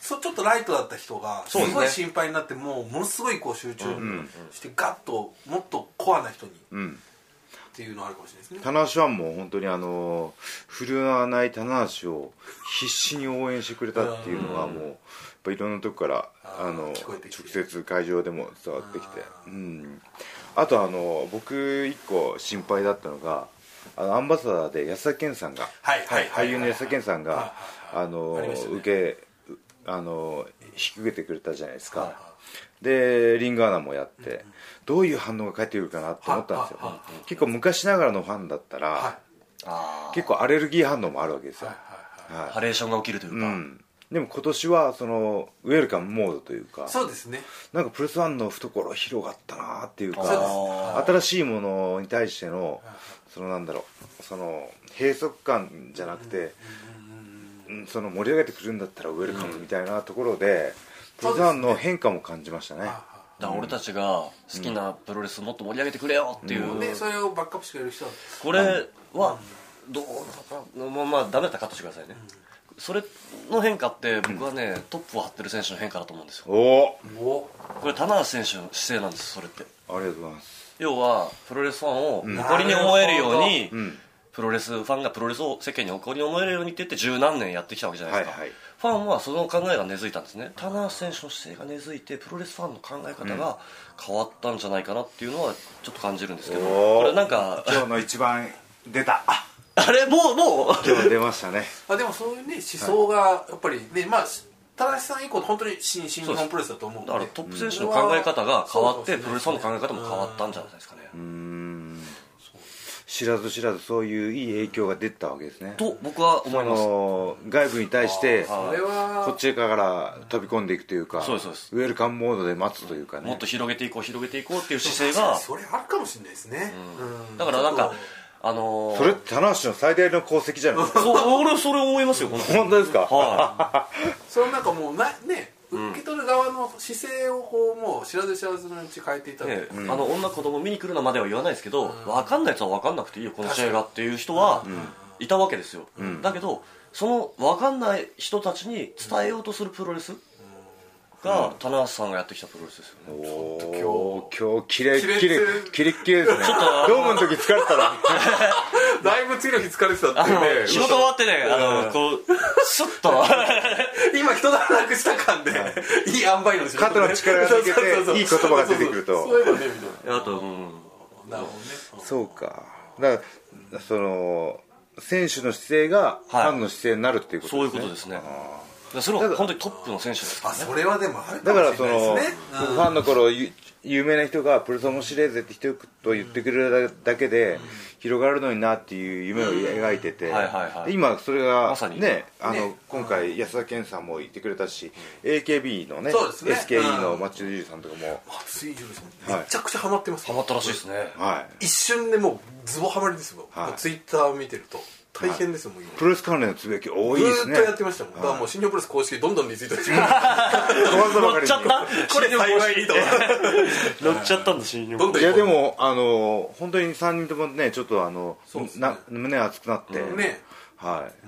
そちょっとライトだった人がす
そうですね
ごい心配になってもうものすごいこう集中してガッともっとコアな人に、っていうのはあるかもしれないですね
棚橋はもう本当にあの振るわない棚橋を必死に応援してくれたっていうのはもうやっぱいろんなとこから
あー
あの
聞こえて
直
きて
接会場でも伝わってきてうんあとあの僕一個心配だったのがあのアンバサダーで安田顕さんが
はいはいはい
俳優の安田顕さんがあの
ありましたね
受けあの引き受けてくれたじゃないです
はい
かでリングアナもやってどういう反応が返ってくるかなって思ったんですよ
はいはいは
結構昔ながらのファンだったら、
は
あ
結構アレルギー反応もあるわけですよ、
あハレーションが起きるという
う
か、
ん、でも今年はそのウェルカムモードというか
そうですね
なんかプロレスワンの懐広がったなっていうか
そうです
新しいものに対してのそのなんだろうその閉塞感じゃなくて、うんその盛り上げてくるんだったらウェルカムみたいなところで、プロレスワンの変化も感じましたね
だから俺たちが好きなプロレスもっと盛り上げてくれよっていう、
でそれをバックアップしてくれる人は
これはどうなのかなまあまあダメだったらカットしてくださいね、それの変化って僕はね、トップを張ってる選手の変化だと思うんですよ
おお
お
これ棚橋選手の姿勢なんですそれって
ありがとうございます
要はプロレスファンを誇りに思えるように、プロレスファンがプロレスを世間に誇りに思えるようにって言って十何年やってきたわけじゃないですか、
はいはい
ファンはその考えが根付いたんですね棚橋選手の姿勢が根付いてプロレスファンの考え方が変わったんじゃないかなっていうのはちょっと感じるんですけど、
おー
これな んか
今日の一番出た
あれもうもう
今日出ましたね
あでもそういうね思想がやっぱりねまあ田中さん以降本当に新新日本プロレスだと思うんで
だからトップ選手の考え方が変わって
うん
プロレスファンの考え方も変わったんじゃないですかね、
知らず知らずそういういい影響が出てたわけですね
と僕は思
あ
います
の外部に対して
それは
こっち側から飛び込んでいくというか
そうですそうです
ウェルカムモードで待つというかね
もっと広げていこう広げていこうっていう姿勢が
それあるかもしれないですね、うん
だからなん
ちょっ
かあのー
それって棚橋の最大の功績じゃないですか
そう俺はそれ思いますよ本当に
本当ですか
は
とそれなんかもうなね受け取る側の姿勢をこうもう知らず知らずのうち変えていた
い、
だい
ね
て
あの女子供見に来るなまでは言わないですけど、分かんないやつは分かんなくていいよこの試合がっていう人ははいたわけですよ、だけどその分かんない人たちに伝えようとするプロレスが、棚橋さんがやってきたプロレスですよね
おー今日キレッキレ
キ
キレッキレですねドームの時疲れた ら
だいぶ次の日疲れてたって
あ
い
の
うね
仕事終わってね、あの、こう、スッ と、
今人だなくした感で、い、い塩梅の仕事
肩の力が抜けて
そうそうそう
いい言葉が出てくると
そうそうそういえばねみたい
あと、うん、
ななるほどね
そうかだからその選手の姿勢がファンの姿勢になるっていうことですね
そういうことですね。だからそれは本当にトップの選手ですか
あ
らね。
それはでもあるか
だか
も
ら
し
そ
れない
の、
ですねうん
ファンの頃ゆ有名な人がプロレス面白いぜって一言言ってくれるだけで、広がるのになっていう夢を描いてて、
んはいはいはい
で今それが、
まさに
ねあの
ね
今回安田顕さんも言ってくれたし、AKB のね
そうですね
SKE
う
の
ん
松井裕二さんとかも、
あ水上さんめちゃくちゃハマってます、
ハマったらしいですね。
はい、
一瞬でもうズボハマりですよ、
はい
ツイッター見てると大変ですよ、もう
プロレス関連のつぶやき多い
今
で
ず
す
ー
ね
っとやってましたもん、だからもう新日本プロレス公式どんどんリツイートして
わざわざ
乗っちゃった
これ幸いにと
乗っちゃったんだ、新日
どん
本。
どん
いやでもあの本当に3人ともねちょっとあの、
そうですね
な胸熱くなって、
ね
はい、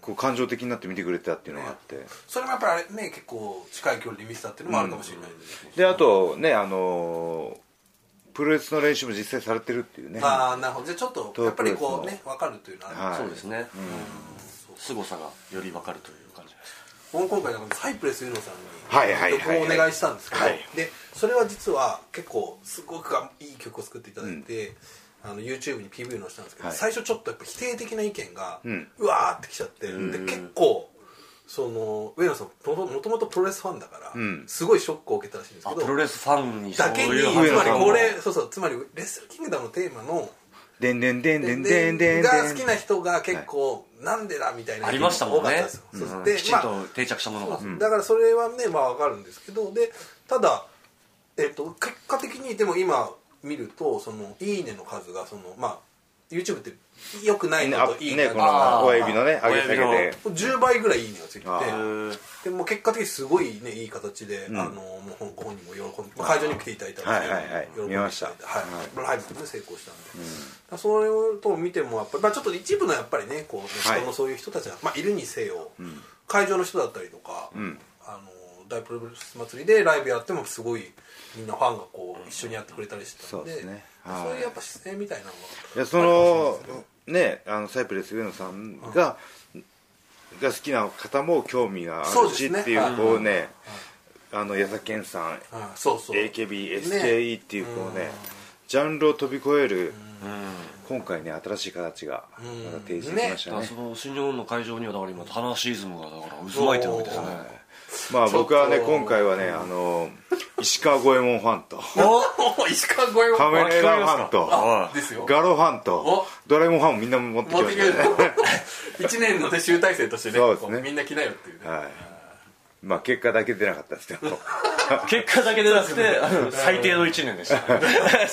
こう感情的になって見てくれたっていうのがあって、
それもやっぱりあれね結構近い距離で見せたっていうのもあるかもしれないですね、
であとねあのープロレスの練習も実際されてるっていうね
ああなるほどじゃあちょっとやっぱりこうね
東
分かるというのはある、
はい
そうですね。凄さがより分かるという感じです。
僕今回だからサイプレスユノさ
はい
ん
はいはいは
に
い
曲をお願いしたんですけど、
はい
でそれは実は結構すごくがいい曲を作っていただいて、あの YouTube に PV 載せたんですけど、
はい
最初ちょっとやっぱ否定的な意見が、うんわーってきちゃって、で結構その上野さんもともともとプロレスファンだから、
ん
すごいショックを受けたらしいんです
あ、
け
プロ
ど
レスファンにそう
だけに
いう
つ
発
上野
まり
さんも
これそうそうつまりレッスルキングダムのテーマの
でんでんでんでんでんでんでん
が好きな人が結構、なんでだみたいな
ありましたもん
多かった
ね
ですよ。
う
そうんで
きちん
まあ
と定着したものが。
だからそれはねまあわかるんですけどでただ、えっと結果的にでも今見るとその「いいね」の数がそのまあ YouTube ってよくないの
あ
といいね
ね
が
こ
あ
の
ー
親指のね
親
上げ
指
下げ
の
で
10倍ぐらい「いいね」がついて
あ
て
ー
でもう結果的にすごいねいい形で、あのもう本ご本人も喜んでまあ会場に来ていただいたんですけど、
はいはいはい
喜んで
見ました
いだいてはい、ライブもね成功したんで、だからそれと見てもやっぱり、まあ、ちょっと一部のやっぱりねこう
はい
人のそういう人たちが、まあ、いるにせよ、会場の人だったりとか、あの大プロレス祭りでライブやってもすごいみんなファンがこう一緒にやってくれたりしてた
そう
んで,、
ですねはい
そういうやっぱ姿勢みたいなのはい
やそのねあのサイプレス上野さんが、が好きな方も興味があ
そう
る
で
し
すね
っていう
はい
こうね、あの矢崎健さん
あそうそう
AKBSKE っていうこうねジャンルを飛び越える、今回ね新しい形がまた提示できました
だ
ね
からその新日本の会場にはだから今タナシズムがだから渦巻いてるわけですね
まあ
ちょっと
僕はね今回はねあの石川五右衛門ファンと
おお石川越え
カメラマンファンと
は
ですよ
ガロファンと
お
ドラえもんファンもみんな持ってきま
持って
し
き
た
ま
ね
した1年のね集大成としてね
そうです
こ
ね
うみんな来なよっていうね
はいまあ結果だけ出なかったですけど
い結果だけでなくてあの最低の1年でした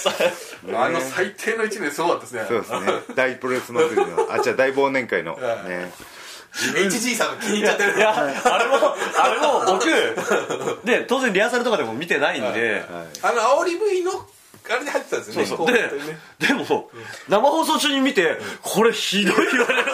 あの最低の1年すごかったですね
そうですね大プロレス祭りのあじゃあ大忘年会の
はい
ね
HG さんが気に入っちゃってる
いやあれもあれも僕で当然リハーサルとかでも見てないんで、
あの煽り V のあれで入ってたんですよね
そう
こ
そうで
本当にね
でも生放送中に見てこれひどい言われる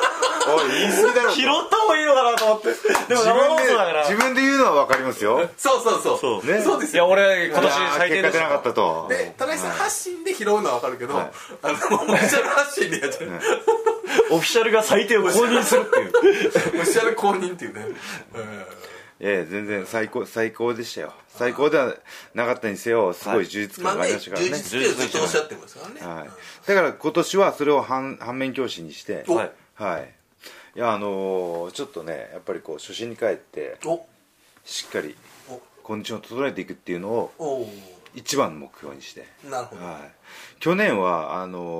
おい言い過ぎだろ
拾った方がいいのかなと思ってでも
自
生放送だか
分
ら
で自分で言うのは分かりますよ
そうそうそう
そう
ね
そうです
いや
よ
俺今年
あー
最低
結果
でした
出なかったと
で田中さん発信で拾うのは分かるけど、あのオフィシャル発信でやってる、
オフィシャルが最低を公認するって いう
オフィシャル公認っていうね、うん
いやいや全然最高最高でしたよ最高ではなかったにせよすごい充実
まあ
感があ
ね
りましたからね、
充実ってずっとおっしゃってますからね、
はい、だから今年はそれを反反面教師にして
お
はい、はい、いやあのーちょっとねやっぱりこう初心に帰って
お
しっかり
お
コンディションを整えていくっていうのを
お
一番の目標にして、
ーなるほど、
はい、去年はあ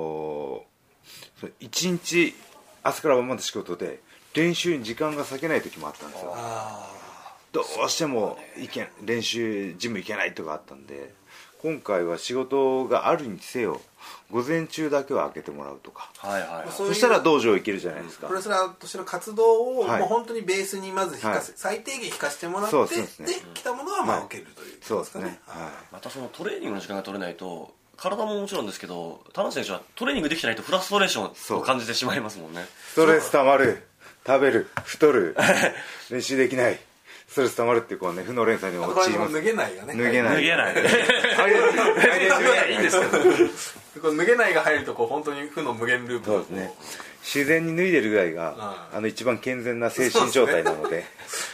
のーそう一日明日から晩まで仕事で練習に時間が割けない時もあったんですよ
あ
どうしてもいけん練習ジム行けないとかあったんで今回は仕事があるにせよ午前中だけは開けてもらうとか
はいはい
あ
そ
そういう
したら道場行けるじゃないですか、
プロレスラーとしての活動を、
はい
もう本当にベースにまず引かせ、
は
最低限引かしてもらって
そうですね
で来たものはまあ
はい
受けるという
そう
こ
で
と
すね、は
またそのトレーニングの時間が取れないと体ももちろんですけど田中選手はトレーニングできてないとフラストレーションを感じてしまいますもんね
い、ストレス溜まる食べる太る練習できないストレス溜まるってこうね負の連鎖に
あとこ
陥り
れも
ま
う
す
脱げないがね
脱げない
脱げ ない
はい
いいんですけど これ脱げないが入るとこう本当に負の無限ループ
そう
が
で
こ
すね自然に脱いでるぐらいが
はい
あの一番健全な精神状態なので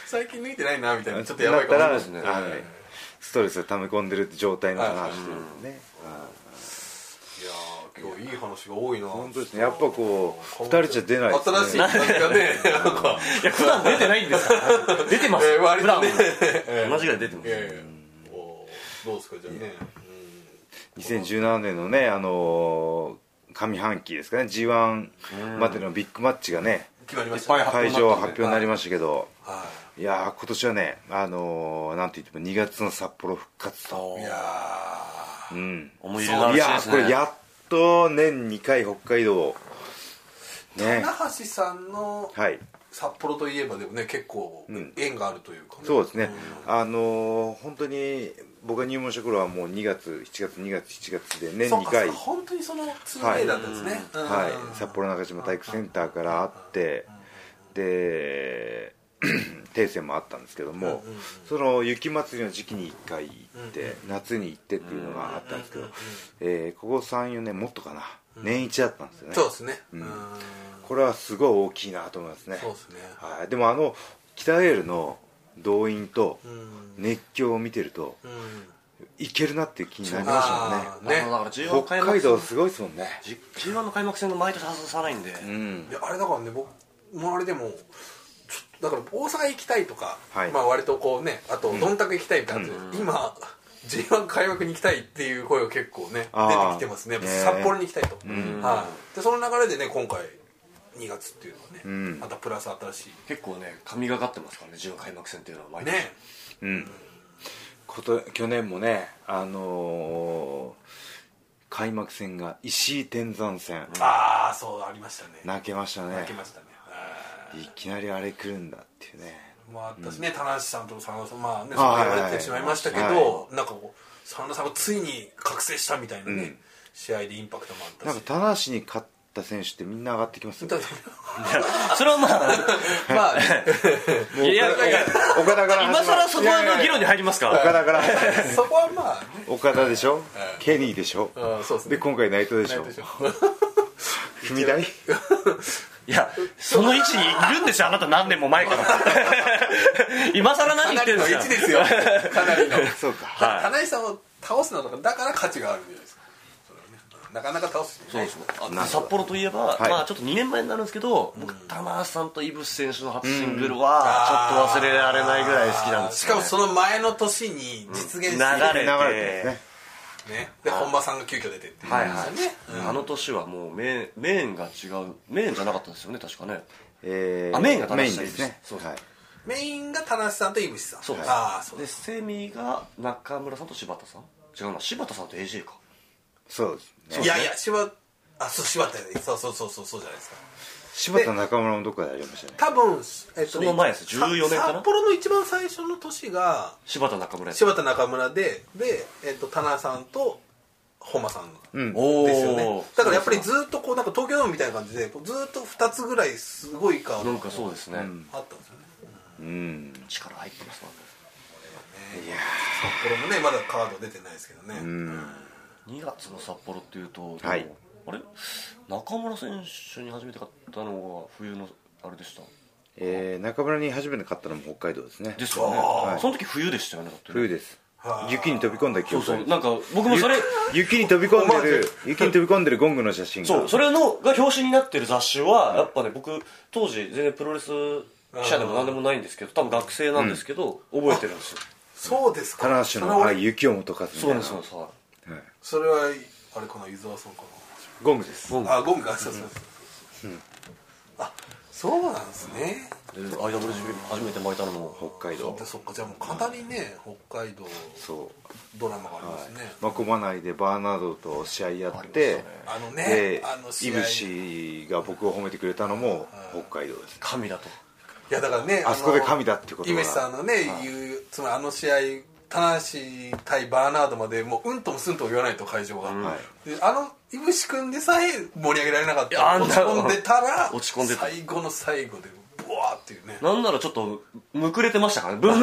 最近脱いでないなみたいなちょっとや
だ
ば
っ
い
た、
からもしれない
はいストレスを溜め込んでる状態の話ですね、
いやー今日いい話が多いな
本当ですねやっぱこう2人じゃ出ないですね
新しい感じがねなんか
いや普段出てないんですから出てます
えー割
普
と
段
ね
同じぐらい出てま
い
す
やいやおーどうですかじゃあね
2017年のねあのー上半期ですかね g 1までのビッグマッチがね
決まりまし
いっぱ
た
い
ね
発表
会
になって
場発表になりましたけど、、
はい
やー今年はねあのーなんといっても2月の札幌復活と、
いいや
うん、
思い入れのあ
い
る
や
試合で
ー
す
こ
ね
れやっと年2回北海道
ー
ね
那覇市さんの
はい
札幌といえばでもね結構縁があるというかね
そうですね、あのー本当に僕が入門した頃はもう2月7月2月7月で年
そっ
2
か
回
そっか本当にその 2way だったんですねうん
はい、札幌中島体育センターからあってで 定戦もあったんですけども、その雪まつりの時期に1回行って、夏に行ってっていうのがあったんですけど、えーここ34年もっとかな年一だったんですよね、
そうですねうん
これはすごい大きいなと思いますね
そうですね
はい、でもあの北エールの動員と
ん
熱狂を見てると、
うん
いけるなっていう気になりました
あ
もん
ーね
ね
あのだから G1
北
開
海
幕
道すごいですもんね
G- G1 の開幕戦が毎年外さないんで
うん
いやあれだからね僕周りでもちょっとだから大阪行きたいとか、
はい
まあ割とこうねあとどんたく行きたいってあって、今 G1 開幕に行きたいっていう声が結構ね
あ
出
ー
てきてますねやっぱ
ね
札幌に行きたいと、はい、でその流れでね今回2月っていうのはね、
ん
またプラス新し
結構ね神がかってますからね G1 開幕戦っていうのは毎
い
年
ね
うんこと去年もねあのー開幕戦が石井天山戦
ああそうありましたね
泣けましたね
泣きましたねはい
いきなりあれ来るんだっていうね
まあ私ね、田中さんと佐野さんまあねそう
はい
言われてしまいましたけど、
はいは
なんかこう佐野さんがついに覚醒したみたいなね、試合でインパクトもあった
な
し
んか棚橋に勝っった選手ってみんな上がってきますよ、
それはま あ
まあ
いやいやいや
岡田から始まる
今更そこの議論に入りますか
岡田から始まる
そこはまあね
岡田でしょケリーでしょ
うんそうです
で
ね
今回内藤でしょ
でしょ
踏み台
いやその位置にいるんですよあなた何年も前から 今更何言
かな
っ
り
てるん
の
です
位
か
置ですよかなりの
そうか
はい
金井さんを倒すのとかだから価値があるんじゃないですかそれはねなかなか倒す人い
そう
ない
ですね あ札幌といえば、
はい
まあちょっと2年前になるんですけど、僕玉橋さんとイブス選手の初シングルはちょっと忘れられないぐらい好きなんです
しか
よね、
もその前の年に実現して
流れ
流れてですね
ねで本間さんが急遽出てっていう
はい
で
は
す
い
よね、
あの年はもうメインメインが違うメインじゃなかったですよね確かね
え
あメインが
メ
正
イ
し
ン
いで
ですすね
そう
はい
メインが田無さんと井口さん
そうです
ああそう
で
です
セミが中村さんと柴田さん違うな柴田さんと AJ か
そうですね
いやいや柴あそう柴田ねそうそうそうそうそうじゃないですか
柴田中村もどっかでやりましたね
多分、えっとね
その前です14年かな
さ札幌の一番最初の年が
柴田中村
柴田中村でで、えっと、田無さんと本間さんが、
うん
お
ですよね
お
だからやっぱりずっとこうなんか東京ドームみたいな感じでこうずっと2つぐらいすごい顔
なんかそうですね、
あったんですよね
うん
力入ってますわ
札幌もねまだカード出てないですけどね、
2月の札幌っていうと、
はい
でもあれ中村選手に初めて勝ったのが冬のあれでした
えー中村に初めて勝ったのも北海道ですね
ですよね、
はい
その時冬でしたよねだってね
冬です
はあ
雪に飛び込んだ記
そう
憶が
そ
あり
う
ま
なんか僕も
す
それ
雪雪に飛び込んで
思わ
る 雪に飛び込んでるゴングの写真が
そうそれのが表紙になってる雑誌はやっぱね僕当時全然プロレス記者でも何でもないんですけど多分学生なんですけど、覚えてるんですよ
そうですか
棚橋
それ
の
は
あ雪をもとかずみた
そう
い
な
なん
ですそうなんですはい
それはあれかな伊沢さんか
ゴングです
ゴング
なあゴンがそうそうそうあそうなんですね
で IWGP 初めて巻いたのも
北海道
でそっかじゃあもうかなりね北海道
そう
ドラマがありますね、
まこま内でバーナードと試合やって
あのね
で
あの試
い
合
ぶしが僕を褒めてくれたのも北海道です
神だと
いやだからね
あそこで神だってこと
イ
が
メさんのね、言うつまりあの試合田無対バーナードまでもううんともすんとも言わないと会場が、
はい
であの井口君でさえ盛り上げられなかっ
いやあ
た
んな
落ち込んでたら
落ち込んでた
最後の最後でブワーっていうね
なんならちょっとむくれてましたから ねぶん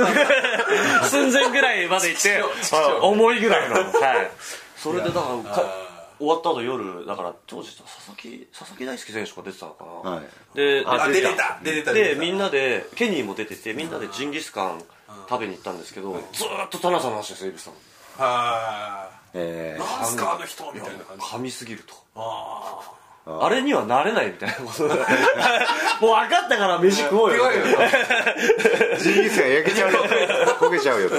寸前ぐらいまで行って
ちょちょ
はい重いぐらい のはいそれでだからか
あ
終わった後夜だから当時佐々木佐々木大輔選手が出てたのかな、
はい
で
あ
で
出てた出てた出て
で
た
みんなでケニーも出ててみんなでジンギスカン食べに行ったんですけどずーっと田中さんの話ですよイブさん
は
え
いなんすかあの人みたいな感じ
噛みすぎると
ああ
あれにはなれないみたいなこと もう分かったから飯食おうよ
弱いよ
ー、ジンギスカン焼けちゃうよ焦げちゃうよと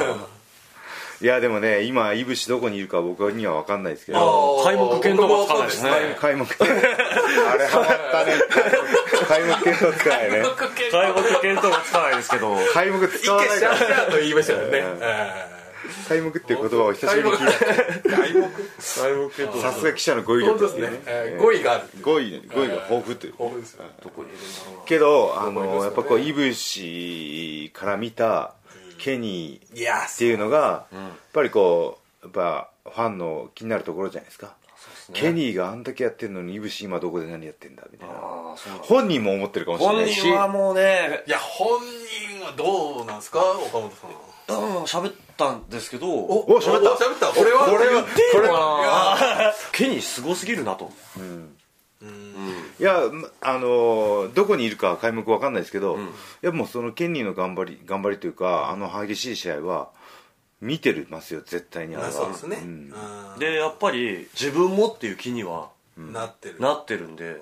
いやでもね今いぶしどこにいるか僕には分かんないですけど
あー
開幕見当がつかないですね
僕もそうです
開幕あれハマったね開幕系の使いね
開幕見当がつかないですけど
開幕
一
使わ
回
ない
シ
か
ャー
ら
シャーと言いましたよね、
うん
え
開幕っていう言葉を久しぶりに聞い
開幕
開幕見当
たさすが記者の語彙
本
力
当
で
ですすね
よね、
えー語彙があるっていう
語彙語彙が豊富という
豊富ですよ
どこにいるんだろう
けどあの、
思いますよね
やっぱこういぶしから見たケニー
いや
っていうのが、やっぱりこうやっぱファンの気になるところじゃないですかケニーがあんだけやってるのにいぶし今どこで何やってんだみたいな
ああそう
本人も思ってるかもしれな
本
いし
人はもうね
いや本人はどうなんですか岡本さん
うん喋ったんですけど
お
喋った
お喋った俺は
俺は
これ
ケニーすごすぎるなと
いやまあのどこにいるか開幕わかんないですけど、いやもうそのケニーの頑張り頑張りというかあの激しい試合は見てますよ絶対にあれ
あ
は
そうですね、
ん
うん
でやっぱり自分もっていう気には
なってる
なってるんで
うん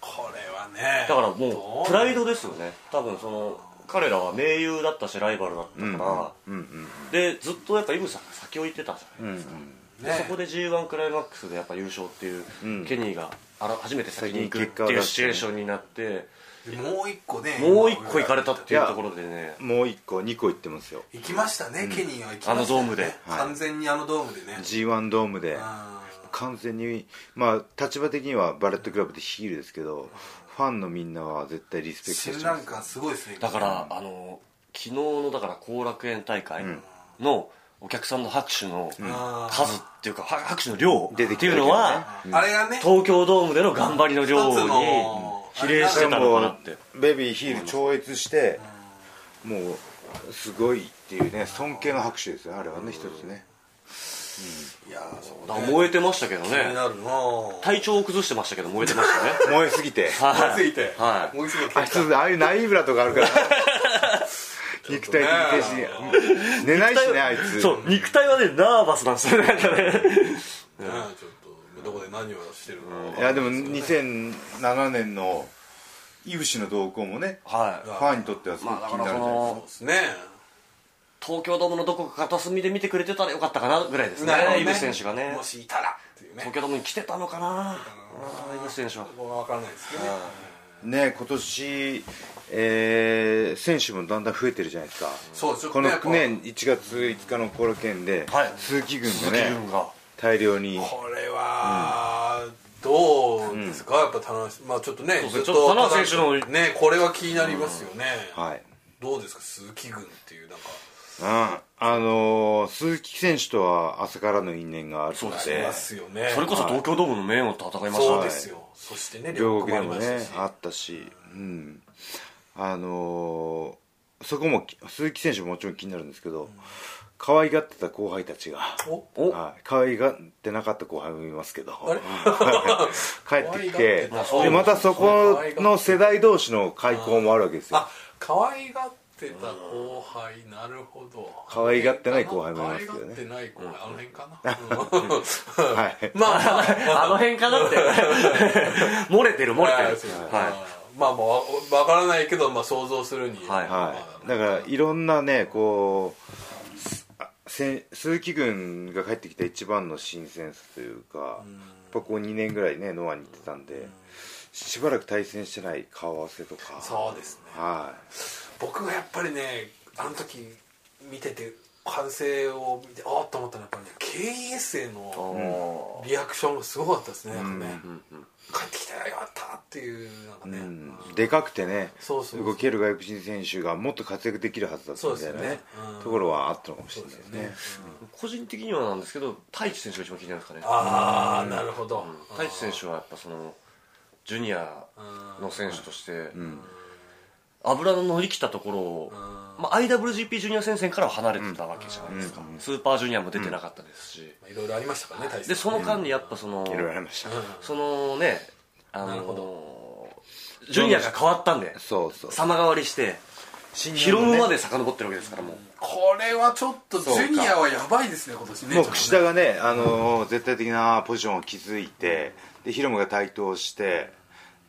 これはね
だからもうプライドですよね多分その彼らは盟友だったしライバルだったから、でずっとやっぱイブさんが先を行ってたじゃないですか、で
ね
そこで g 1クライマックスでやっぱ優勝っていう、ケニーがあら初めて先に行く
先
っ
に結果を
ていう
出して
シチュエーションになって
でもう一個ね
もう一個行かれたっていう
いや
ところでね
もう1個2個いってますよ
行きましたね、ケニーは行きました、ね、
あのドームではい
完全にあのドームでね、
g 1ドームで
あ
完全にまあ立場的にはバレットクラブでヒールですけどファンのみんなは絶対リスペクト
ース
し
リ
て
ラ
ま
ン
す
カすごいですね
だからあの昨日のだから後楽園大会のお客さんの拍手の
あー
数っていうか、は拍手の量って
出てきた
い
だ
う
けでね
のは、
あれがね
東京ドームでの頑張りの量
一つ
に
の
比例してたのかなって。
ベビーヒール超越してもうすごいっていうね尊敬の拍手ですよあれはね一つね
いやーそう
だから燃えてましたけど
気に
ね。
なるなぁ
体調を崩してましたけど燃えてま したね。
燃えすぎて
は
ついて
はい
もう一度
あいつああいうナイーブラとかあるから肉体的停止寝ないしねあいつ
そう、肉体はね、ナーバスなんですよね。なんかね
ねちょっとどこで何をしてるのかわかんない
やでも2007年の井伏の動向もね
はい
フ。ァンにとってはすごく
まあだ
気
か
にな
ら
る
そ
んじゃない
の、
すね
東京ドームのどこか片隅で見てくれてたらよかったかなぐらいですね
なるほど。ね
イブ選手がね
も。しいたらっていうね
東京ドームに来てたのかな。うんイブ選手は。
僕は分からないですけどね
ね今年、えー選手もだんだん増えてるじゃないですか
そうちょっ
ことの
ねやっぱ
年1月5日のコロ県で、
はい
鈴木軍が
鈴木
ね
潤が。
大量に
これはどうですかやっぱ田中まあちょっとね
そう
ず
で
っと
すねちょっと田中選手の
ねこれは気になりますよね
はい、
どうですか鈴木軍っていうなんか
うん、あのー鈴木選手とは朝からの因縁があるの
あり
で
ますよね
それこそ東京ドームの名誉と戦いました
そう
ね
ですよそしてね
両国でも
両国ありま
ね
したし
あったし、うん、あのーそこもき鈴木選手ももちろん気になるんですけど、可愛がってた後輩たちが。
お
お
はい可愛がってなかった後輩もいますけど
れ
帰ってきて
可愛がって
た
でまたそこの世代同士の開口もあるわけですよ
あ可愛がってた後輩なるほど
可愛がってない後輩もいますけどね
可愛がってない後輩あの辺かなうん
はい
まあまあ
あの辺かな って。漏れてる、漏れ
はい
て
そう
る
ですね。
は
まあまあわわからないけど、まあ、想像するに
はい
ま
は
あ
い、だからいろんなねこうすあせん鈴木軍が帰ってきた一番の新鮮さというかやっぱこう2年ぐらいねノアに行ってたんでしばらく対戦してない顔合わせとか
そうですね
は
僕がやっぱりねあの時見てて完成を見てあっと思ったのはやっぱりね KESA
い。
の
お
リアクションがすごかったですねなんかね帰ってきたらよかったっていうなんかね、
い、うん、でかくてね
そうそうそう
動ける外国人選手がもっと活躍できるはずだったみたいな
そう
ね
ですよねうん
ところはあったのかもしれないですね
ー個人的にはなんですけど、太一選手が一番気になるんですかね。
ああなるほど、
太一選手はやっぱそのジュニアの選手として油の乗り切ったところを、まあ、IWGP ジュニア戦線からは離れてたわけじゃないですか、スーパージュニアも出てなかったですし、
まあいろいろありましたからね大
でその間にやっぱその、
いろいろありました、
そのねあ
なる
のジュニアが変わったんで
そうそう
様変わりして
日
疲
の
労
ね
まで遡ってるわけですからもう
これはちょっとジ
うか
ュニアはやばいですね今年ね
もう
ちょっとね
櫛田がね、あのー絶対的なポジションを築いて、でヒロムが台頭して、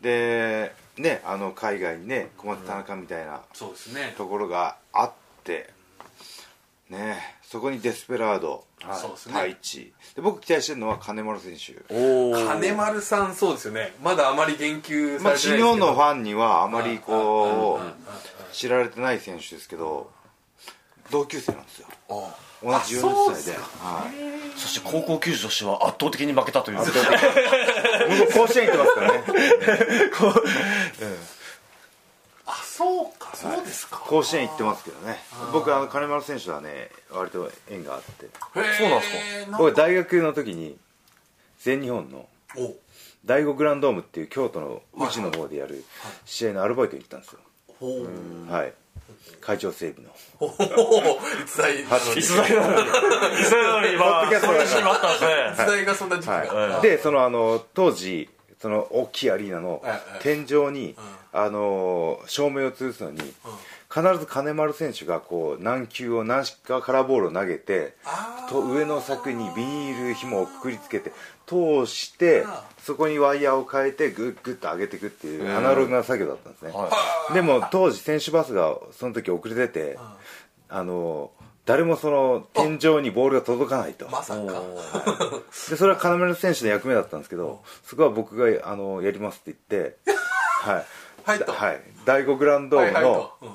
でね、あの海外にね、小松田中みたいな
そうですね
ところがあって、ね、そこにデスペラード、
そうですね
太一で、僕、期待してるのは金丸選手、
お
金丸さんそうですよねまだあまり言及
ま
さ
あ、
れて
新
な
日
いです
本
け
の
ど、
ファンにはあまりこ
うんうんうんうん
う知られてない選手ですけど、同級生なんですよ、同じ
あそう
40
っ
歳
す
で。
か
はい
そして高校球児としては圧倒的に負けたという
僕甲子園行ってますからね
あそうかそうですか
甲子園行ってますけどね僕あの金丸選手はね割と縁があって
そうなんですか
へーなん
僕大学の時に全日本の
お
第五グランドームっていう京都の宇治の方でやる試合のアルバイトに行ったんですよ
ほう
はい会長整備の
ほう逸材
逸材なのに逸材なのに
ポッドキャ
今
スト
そんなシーンもあったんです
逸材がそんな時期が、
はいでそのあの当時その大きいアリーナの
はいはい
天井にあの照明を吊るすのに必ず金丸選手がこう何球を何かカラーボールを投げて
あ
と上の柵にビニール紐をくくりつけて通してそこにワイヤーを変えてグッグッと上げていくっていうアナログな作業だったんですね、
はい
でも当時選手バスがその時遅れててあの誰もその天井にボールが届かないと
ーまさか
でそれは金丸選手の役目だったんですけどそこは僕があのやりますって言ってはい
はいと
はい、第5グランドームの
うん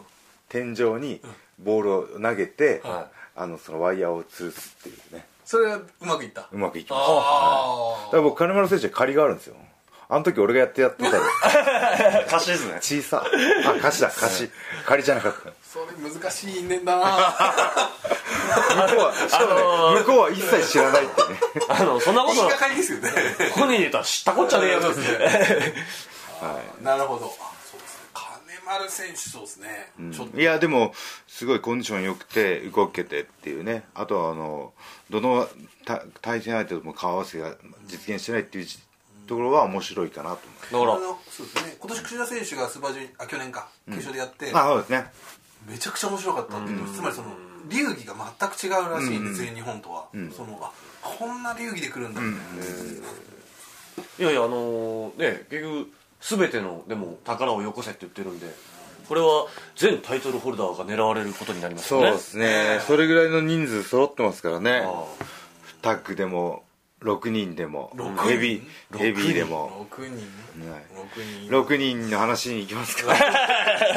天井にボールを投げて、
は
あのそのワイヤーを吊るすっていうね
それはうまくいった
うまくいきましただ
あ
から僕金丸選手に借りがあるんですよあの時俺がやってやってたら
歌詞ですね
小さあ貸しだ貸し借りじゃなかった
それ難しいねんだな
あの向こうは一切知らないってね
あのそんなこ
言いが
と
かりですよね
本人に言ったら知ったこっちゃねえよ
そうです ね
は
なるほどあそうですね金丸選手そうですね、ちょっと
い、いやでもすごいコンディション良くて動けてっていうねあとはあのどのた対戦相手とも顔合わせが実現してないっていうじところは面白いかなと思
だから
あのそうですね今年櫛田選手がスーパージュニアあ去年か決勝でやって、
うあそうですね
めちゃくちゃ面白かったっていうと、つまりその流儀が全く違うらしいんで、全日本とは、そのあこんな流儀で来るんだみたいな、
いやいやあのーね結局全てのでも宝をよこせって言ってるんでこれは全タイトルホルダーが狙われることになりますよ
そう
ね
ですねそれぐらいの人数揃ってますからね
あ
タッグでも6人でも
六人
ヘビーヘビーでも
6人
はい
6人
6人の話に行きますから
6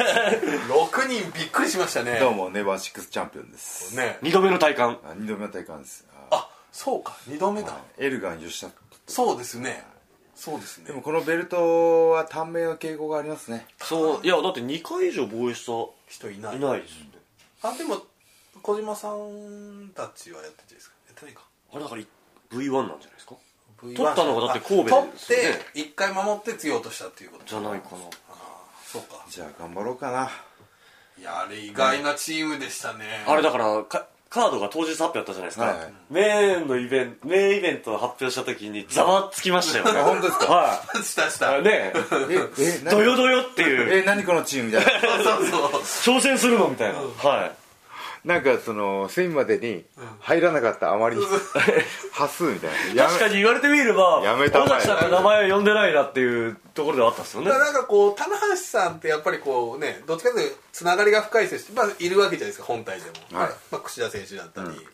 人びっくりしましたね
どうもネバーシックスチャンピオンです
ね
二度目の体感
あ二度目の大会ですあ
あそうか2度目だ、
エルガン吉田
そうですねそうですね
でもこのベルトは短命の傾向がありますね
そういやだって2回以上防衛した
人いない
いないですね
あでも小島さんたちはやってていいですかやってないか
あれだから V1 なんじゃないですか取ったのがだって神戸ですよね
取って一回守って強いとしたっていうこと
じゃないかな
そうか
じゃあ頑張ろうかない
やあれ意外なチームでしたね、
あれだからかカードが当日発表あったじゃないですか、
はい
メインのイベントメインイベントを発表した時にざわつきましたよね
本当ですか
は
したし
い
た
あね
ええ
えど
何
よどよっていう
え何このチームみたいな
そうそう
挑戦するのみたいな、はい
なんかそのセミまでに入らなかったあまり端数みたいなや
確かに言われてみれば
やめたまえ
尾崎さんが名前を呼んでないなっていうところではあったんですよね
だから なんかこう棚橋さんってやっぱりこうねどっちかというとつながりが深い選手、まあ、いるわけじゃないですか本体でも、
はい
まあ、櫛田選手だったり、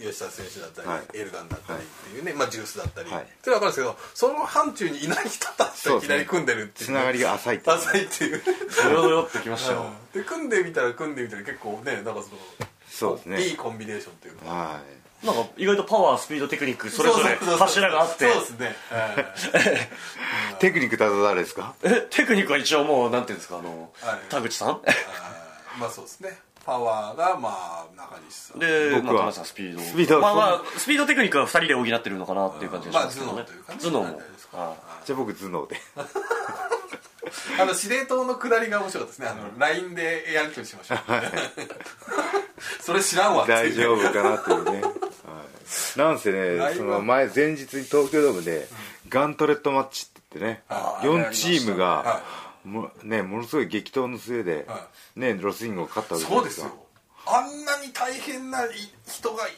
吉田選手だったり、
はい
エルガンだったりっていうね、まあ、ジュースだったり、
はい
それは分かるんですけどその範疇にいない人たち
そう
と
です
いき
ね
なり組んでるっていう
つながりが浅いって
浅いっていう
どよどよってきましたよ、
で組んでみたら組んでみたら結構ねなんかその
そうですね
いいコンビネーションっていうか
はい
なんか意外とパワースピードテクニックそれぞれ
うううう
柱があって
そうですね、はい
テクニックだと誰ですか
えテクニックは一応もうなんていうんですかあの、
はい
田口さん
あーまあそうですねパワーがまあ中西さん
で
僕は
まあ田中さんスピード
スピード
まあまあスピードテクニックは2人で補ってるのかなっていう感じがしますけどね、
まあ頭脳というかね
頭脳も
大体ですか
あ
じゃあ僕頭脳で
あの司令塔の下りが面白かったですねあの LINE でやり取りしましょうそれ知らんわって
大
いう
丈夫かなっていうね、はい、なんせ
ラ
ね
イブ
その前前日に東京ドームでガントレットマッチって言ってね
あー
4チームが
は
も,、ね、ものすごい激闘の末で、
は
ね、ロスイングを勝ったわけじゃ
そ
ない
うですよあんなに大変ない人がい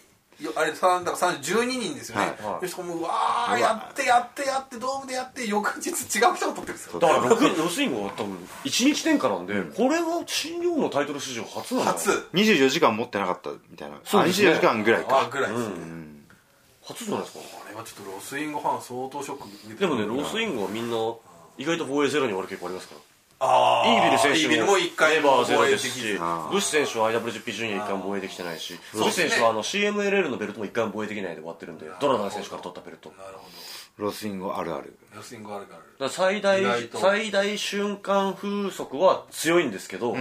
よあれさんだから12人ですよね、
は
でしかもうわーやってやってやってドームでやって翌日違う人が取ってるんですよ
だから6ロスイングは多分1日天下なんで、これは新日本のタイトル史上初なの
初
24時間持ってなかったみたいな、
そう
あ
ですね
24時間ぐらい
あ
か
ぐらいですね、
初じゃないですか
これはちょっとロスインゴファン相当ショック受けてる
でもねロスイングはみんな意外と防衛ゼロに終わる結構ありますから
あ
イービル選手
イービルも一回
レバーゼロ
防衛
で
でき
す
ず
しブッシュ選手は IWGP ジュニア一回も防衛できてないしブ
う
ッ
です
シ
ね
ュ選手はあの CMLL のベルトも一回も防衛できないで終わってるんでドラダン選手から取ったベルトだか
なるほ
ロスイングあるある
どロスインゴあるから
ら最大
意外と
最大瞬間風速は強いんですけど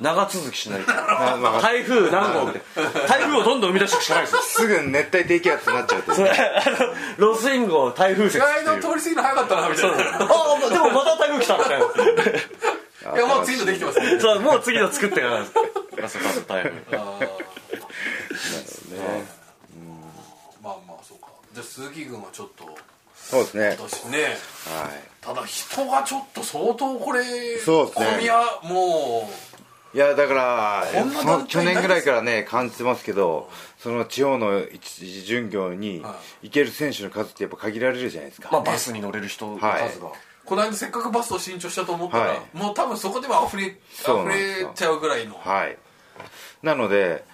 長続き しない
あまあ
台風何号みたいな台風をどんどん生み出していくしかないですよ
すぐ熱帯低気圧になっちゃうという
ロスインゴ台風説って
意
い
外
う
と通り過ぎるの早かったなみた
そう
いな
ああでもまた台風来たみたい
いやもう次のできてますね
な そうもう次の作ってからラストカット台風
まあまあそうかじゃあ鈴木軍はちょっと
そうですねはい
私ねただ人がちょっと相当これ
そうですね
混みはもう
いやだから
こんな
そ
団
の
体
去年ぐらいからね感じてますけどその地方の一次巡業に
は
行ける選手の数ってやっぱ限られるじゃないですか、
まあバスに乗れる人の数が、
この間せっかくバスを新調したと思ったら、
はい
もう多分そこでは溢れ
そうなんです
溢
よ
れちゃうぐらいの、
はいなので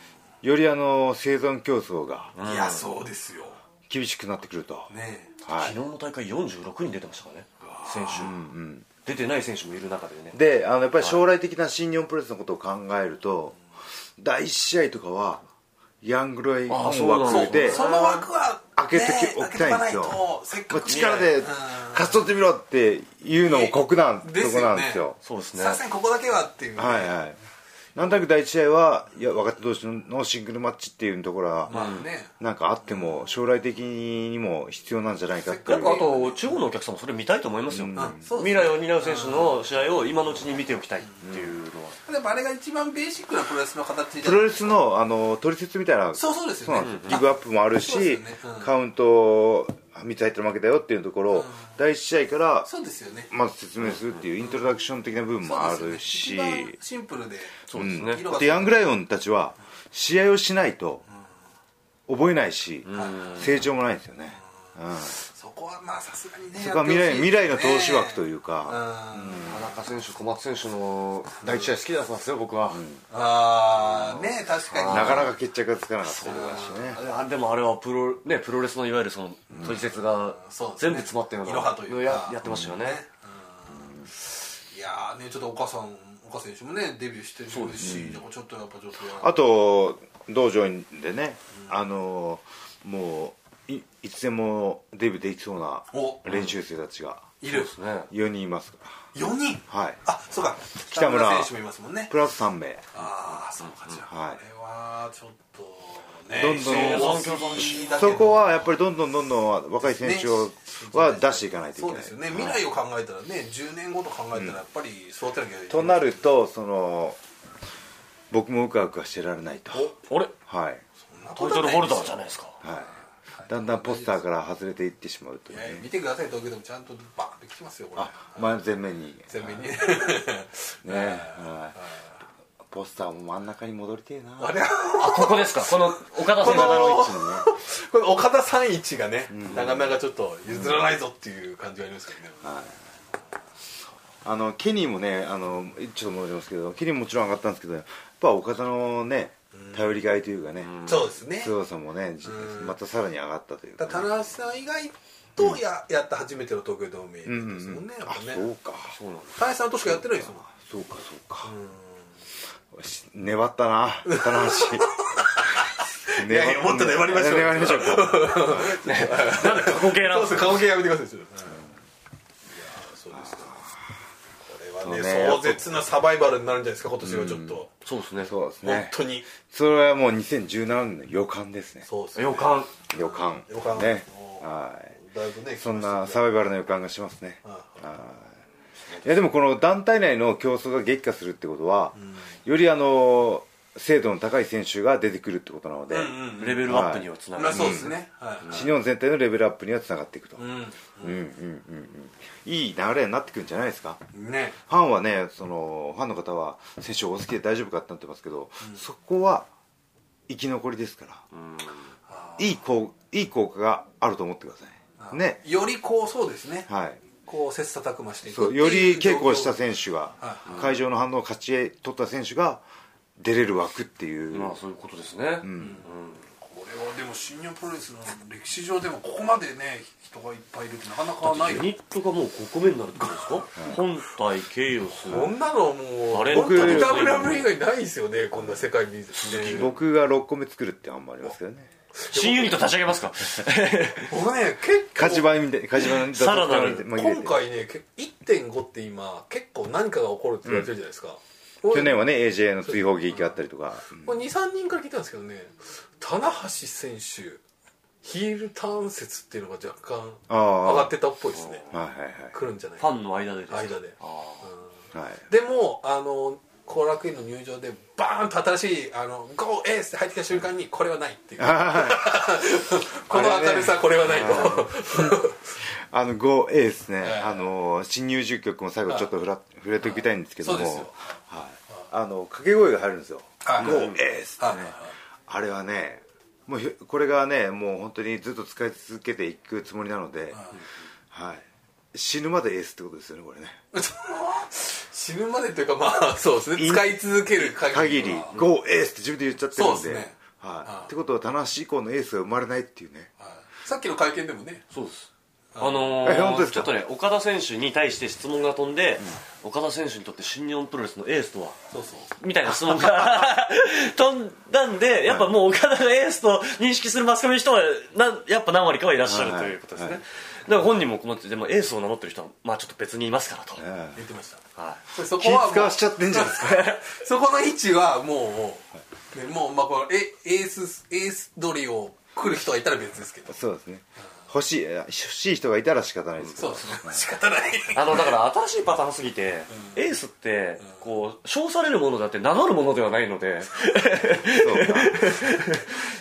よりあの生存競争が
い、やそうですよ
厳しくなってくると、
ねえ
は
昨日の大会46人出てましたからね選手、出てない選手もいる中でね
いであのやっぱり将来的な新日本プロレスのことを考えると第1試合とかはヤングロイ
あ
本
そうなんだ
枠
そう
で
その枠は、
開けて
ねえ
おきたいんですよ
開けとかないとせっ
も
か
う
く
力で勝ち取ってみろっていうのも酷なとこなんですよ
ですよね
そうですね
さすがにここだけはっていう、
はいはいなんとなく第一試合はいや若手同士のシングルマッチっていうところは、
まあね
なんかあっても将来的にも必要なんじゃないかってい
な
うん
かあと中国のお客さんもそれ見たいと思いますよ、
あそうで
未
すね
来を担う選手の試合を今のうちに見ておきたいっていうのは、
やっぱあれが一番ベーシックなプロレスの形じ
プ
ゃ
ロレスのあの取説みたいな
そうそうですよね
そうなんですよギブアップもある
そうで
し
すよねうん
カウント3つ入ったら負けだよっていうところを第一試合から
そうですよね
まず説明するっていうイントロダクション的な部分もあ
そう
る
です
し
よね一番シンプルで
そうですね、
色が
でヤングライオンたちは試合をしないと覚えないし成長もないんですよね、うん、
そこはまあさすがにね
そこは未来未来の投資枠といううか、
田中選手小松選手の第一試合好きだったんですよ僕は、
ああね確かに
なかなか決着がつかなかったことだしね
あでもあれはプロ,、ね、プロレスのいわゆるその取説が
そうですね
全部詰まってるの
いろはというか
ややってましたよね、
いやーねちょっと岡さん岡選手もねデビューしてるしじゃあちょっとやっぱちょっと
あと道場でね、あのもういいつでもデビューできそうな
お
練習生たちが
いる
そうですね
4人いますか
4人
らはい
あそうか
北村
選手もいますもんね
プラス3名
ああそうかじゃあ、
はい
これはちょっとね
どんどん
ん
そこはやっぱりどんどんどんどん若い選手をは出していかないといけ
そう
な
で
い
すよね未来を考えたらね10年後と考えたらやっぱり育てなきゃいけない
となるとその僕もうかうかしてられないと
あれ
はい、
タイトルホルダーじゃないですか
はい、だんだんポスターから外れていってしまうという
いや
ね
見てください東京でもちゃんとバーンってきてますよこれ
まあ前面に
全面に
ねはいポスターも真ん中に戻りてえな
あれは
あここですかこの岡田選手
この
一にね
これ岡田さん一がね、なかなかちょっと譲らないぞっていう感じがありますけどね、
あのケニーもねあのちょっと戻りますけどケニーももちろん上がったんですけどやっぱ岡田のね頼りがいというかね、
そうですね
強さもね、じまたさらに上がったというか
だ
ね、
から棚橋さん以外とや,、やった初めての東京ドームイベントですもんね、やっぱ
あ
ね
そうか
そうなんで
棚橋さんとしかやってないですもん
そうかそうかよし粘ったな棚橋
いやいやもっと粘りましょう
粘りましょうか
すなんで過去形な
そ
ん
うです
で
す
か
顔系やめてくださいちょっと、いやーそうですかこれはね
そうね
壮絶なサバイバルになるんじゃないですか今年はちょっと、
そうですね
そうです
本
ね
当に
それはもう2017年の予感ですね
そうですね
予感
予感
予感
ね
おー
はい
だいぶね
そんなサバイバルな予感がしますね
あ
いやでもこの団体内の競争が激化するってことは、よりあの精度の高い選手が出てくるってことなので、
レベルアップにはつなが
まあ
る、
そうですね、はい
新日本全体のレベルアップにはつながっていくと、
う
うんうんうんうんいい流れになってくるんじゃないですか
んね
ファンはねそのファンの方は選手お好きで大丈夫かってなってますけど、そこは生き残りですから、いい効いい効果があると思ってくださいね
よりこうそうですね、
はい
こう切磋琢磨していく
そうより稽古をした選手が
は
会場の反応を勝ち取った選手が出れる枠っていう、
まあそういうことですね、
これはでも新日本プロレスの歴史上でもここまでね人がいっぱいいるってなかなかない
ユ
よ
ニットがもう5個目になるってことですか、本体ケイオス
こんなのも
あ
う
れ
本当に
僕
WWE 以外ないですよねこんな世界にね
僕が6個目作るってあんまありますけどね
新ユニット立ち上げ ますか
僕ね結
勝ち
構
場みたい勝ち場の
さらなる
今回ねけ1.5って今結構何かが起こるって言われてるじゃないですか、
去年はね AJ の追放劇があったりとか、
23人から聞いたんですけどね棚橋選手ヒールターン説っていうのが若干
ああ
上がってたっぽいですね
はいはい
来るんじゃない
ファンの間でですか
間で
あ
はいはい
でもあの後楽園の入場でバーンと新しい「あのゴーエース!」って入ってきた瞬間にこれはないっていう この明るさこれはないと
あの GO エースね、
い
あの新入場曲も最後ちょっとふら、触れておきたいんですけども
あそうですよ
はい、あの掛け声が入るんですよ「
はい
GO エース」ってね、
はい
あれはねもうひこれがねもう本当にずっと使い続けていくつもりなので、はい、死ぬまでエースってことですよねこれね
死ぬまでというかまあそうですね使い続ける限
限
り
り
は
「GO エース」って自分で言っちゃってるんで
そうですね
はい、ってことは棚橋以降のエースが生まれないっていうね
はいさっきの会見でもね
そうですあの
え本当で
ー、
すか
ちょっとね岡田選手に対して質問が飛んで、岡田選手にとって新日本プロレスのエースとは
そうそう
みたいな質問が飛んだんでやっぱもう岡田がエースと認識するマスコミの人はなやっぱ何割かはいらっしゃるということですね、
はい
から本人も困ってでもエースを名乗ってる人はまあちょっと別にいますからと、
ええ
言ってました
は
そそ
気
こはもう
使わしちゃってんじゃないですか
そこの位置はもうもう,、ね、もうまあこのエエースエース取りを来る人がいたら別ですけど
そうですね欲しいえ欲しい人がいたら仕方ないですけ
そ
ど
うそう仕方ない
い、あのだから新しいパターンすぎて、エースってこう称されるものだって名乗るものではないので
そうか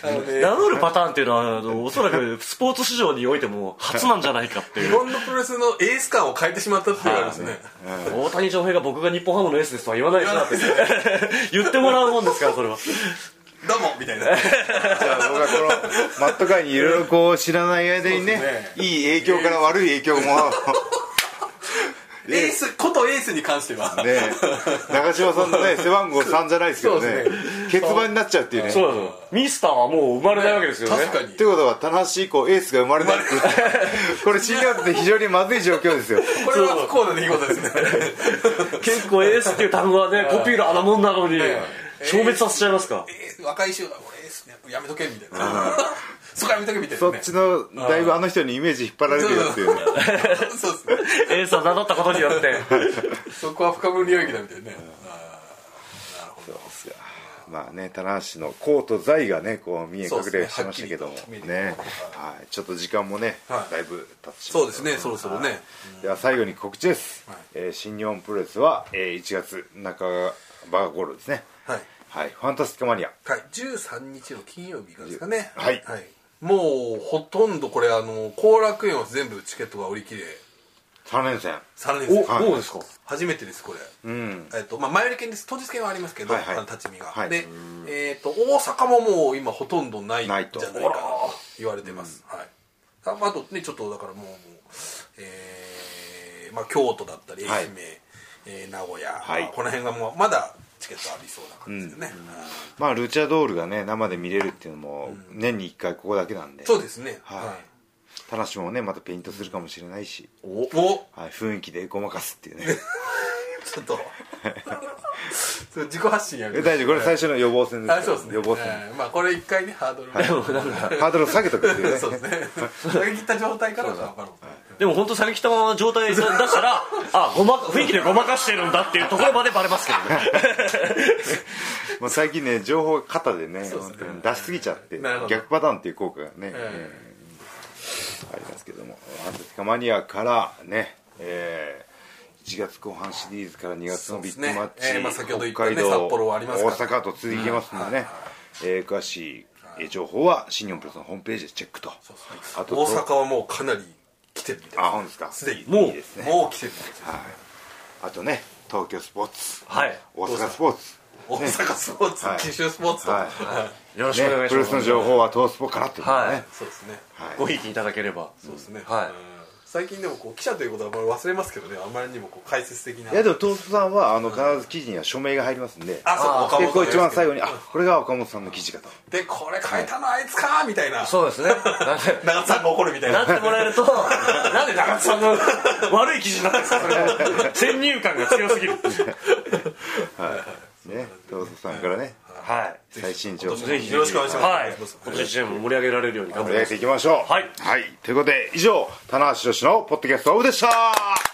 あのね
名乗るパターンっていうのはあのおそらくスポーツ市場においても初なんじゃないかってい
日
う
本のプロレスのエース感を変えてしまったっていうのがありますね
大谷翔平が僕が日本ハムのエースですとは言わないでしょだって 言ってもらうもんですからそれは
どうもみたいな
じゃあ僕はこのマット界にいろいろこう知らない間にね
そうです
いい影響から悪い 影響も
エースことエースに関しては
ね長嶋さんのね背番号3じゃないですけど
そう
ね
です
欠番になっちゃうっていうね
そうだそうミスターはもう生まれないわけですよね
確かに
ってことは棚橋以降エースが生まれないっていうこれ新日本って非常にまずい状況です よ
これは不幸な出来事ですね
結構エースっていう単語はねポピュラーなもんなのに消滅させちゃいますか
エース若い衆が俺エースねやめとけみたいな そこやめとけみたいな
そ
ね
っちのだいぶあの人にイメージ引っ張られてるよっていうね
そうですね
エースは名乗ったことによって
そこは不可分領域だみたいなね
まあね棚橋の甲と財がねこう見え隠れし
そうですね
ましたけども
はっきりと見え
ね
てき
はいちょっと時間もね
はい
だいぶ経ってしま
そうですねそろそろね
では最後に告知です、
はい
えー新日本プロレスは、えー1月半ば頃ですね
はい
はいファンタスティカマニア
はい、13日の金曜日がですかね
はい
もうほとんどこれあの後楽園は全部チケットが売り切れ
3連戦
3連
お
戦
どうですか
初めてですこれ、
うん
えっとまあ、前売り券です当日券はありますけど、
はいはい
あの立ち見が、
はい
で、えっと大阪ももう今ほとんどないんじゃ
な
ない
いと
かなと言われてます、はいあまああとねちょっとだからもうもうえーまあ、京都だったり
は
愛媛、
い
えー名古屋、
はい
まあこの辺がもうまだチケットありそうな感じですよね、はい
まあルチャドールがね生で見れるっていうのも年に1回ここだけなんで、
そうですね
はい
はい
田無もねまたペイントするかもしれないし、
お
はい、雰囲気でごまかすっていうね
ちょっと それ自己発信やめ
え
て
大丈夫これ最初の予防戦です
あそうですね
予防戦、
えーまあこれ一回ねハードル
はい、ハードルを下げとくっていうね
そうですね上切った状態からが分かる
でも本当下げきたまま状態出した らあごまか雰囲気でごまかしてるんだっていうところまでバレますけど ね
もう最近ね情報が肩でね
うですね
本当に出しすぎちゃって
なるほど
逆パターンっていう効果がね、
え
えーありますけども「アンタティカマニア」からね、えー1月後半シリーズから2月のビッグマッ
そうです
チ、
ねえーまあ先ほど言った
北
ね
海道
札幌はありますから
大阪と続いていきますんでね、えー詳しいえー情報は新日本プロレスのホームページでチェックとあと
大阪はもうかなり来てるみたい
あ
な
本当ですか
すでに
もう
いいですねもう来てるみたいです
はい、あとね東京スポーツ
はい
大阪スポーツ
大阪スポーツ
はい
九州スポーツと
はい
はい
よろしくお願
ね、
い
プ
し
ロ
ま
レスの
す
情報は東スポからっていうことでね、
はい
そうですね
はい
ごひいきいただければ
そうですね
はい
うん最近でもこう記者ということはあんまり忘れますけどねあまりにもこう解説的ない
やでもトーストさんはあの必ず記事には署名が入りますんで
あそう岡
で
本
こう一番
です
最
けど
後にあこれが岡本さんの記事かと
でこれ書いたのあいつかみたいな
そうですね
長津さんが怒るみたい
な
な
ってもらえ るとなんで長津さんの悪い記事になったんですかそれは先入観が強 すぎる
ねトーストさんからね
はい
最新情報
ぜひよろしくお願いします
はい今年一年も盛り上げられるように頑張り
や
ま
っ
す
ていきましょう
はい
ということで以上棚橋宏のポッドキャストオフでした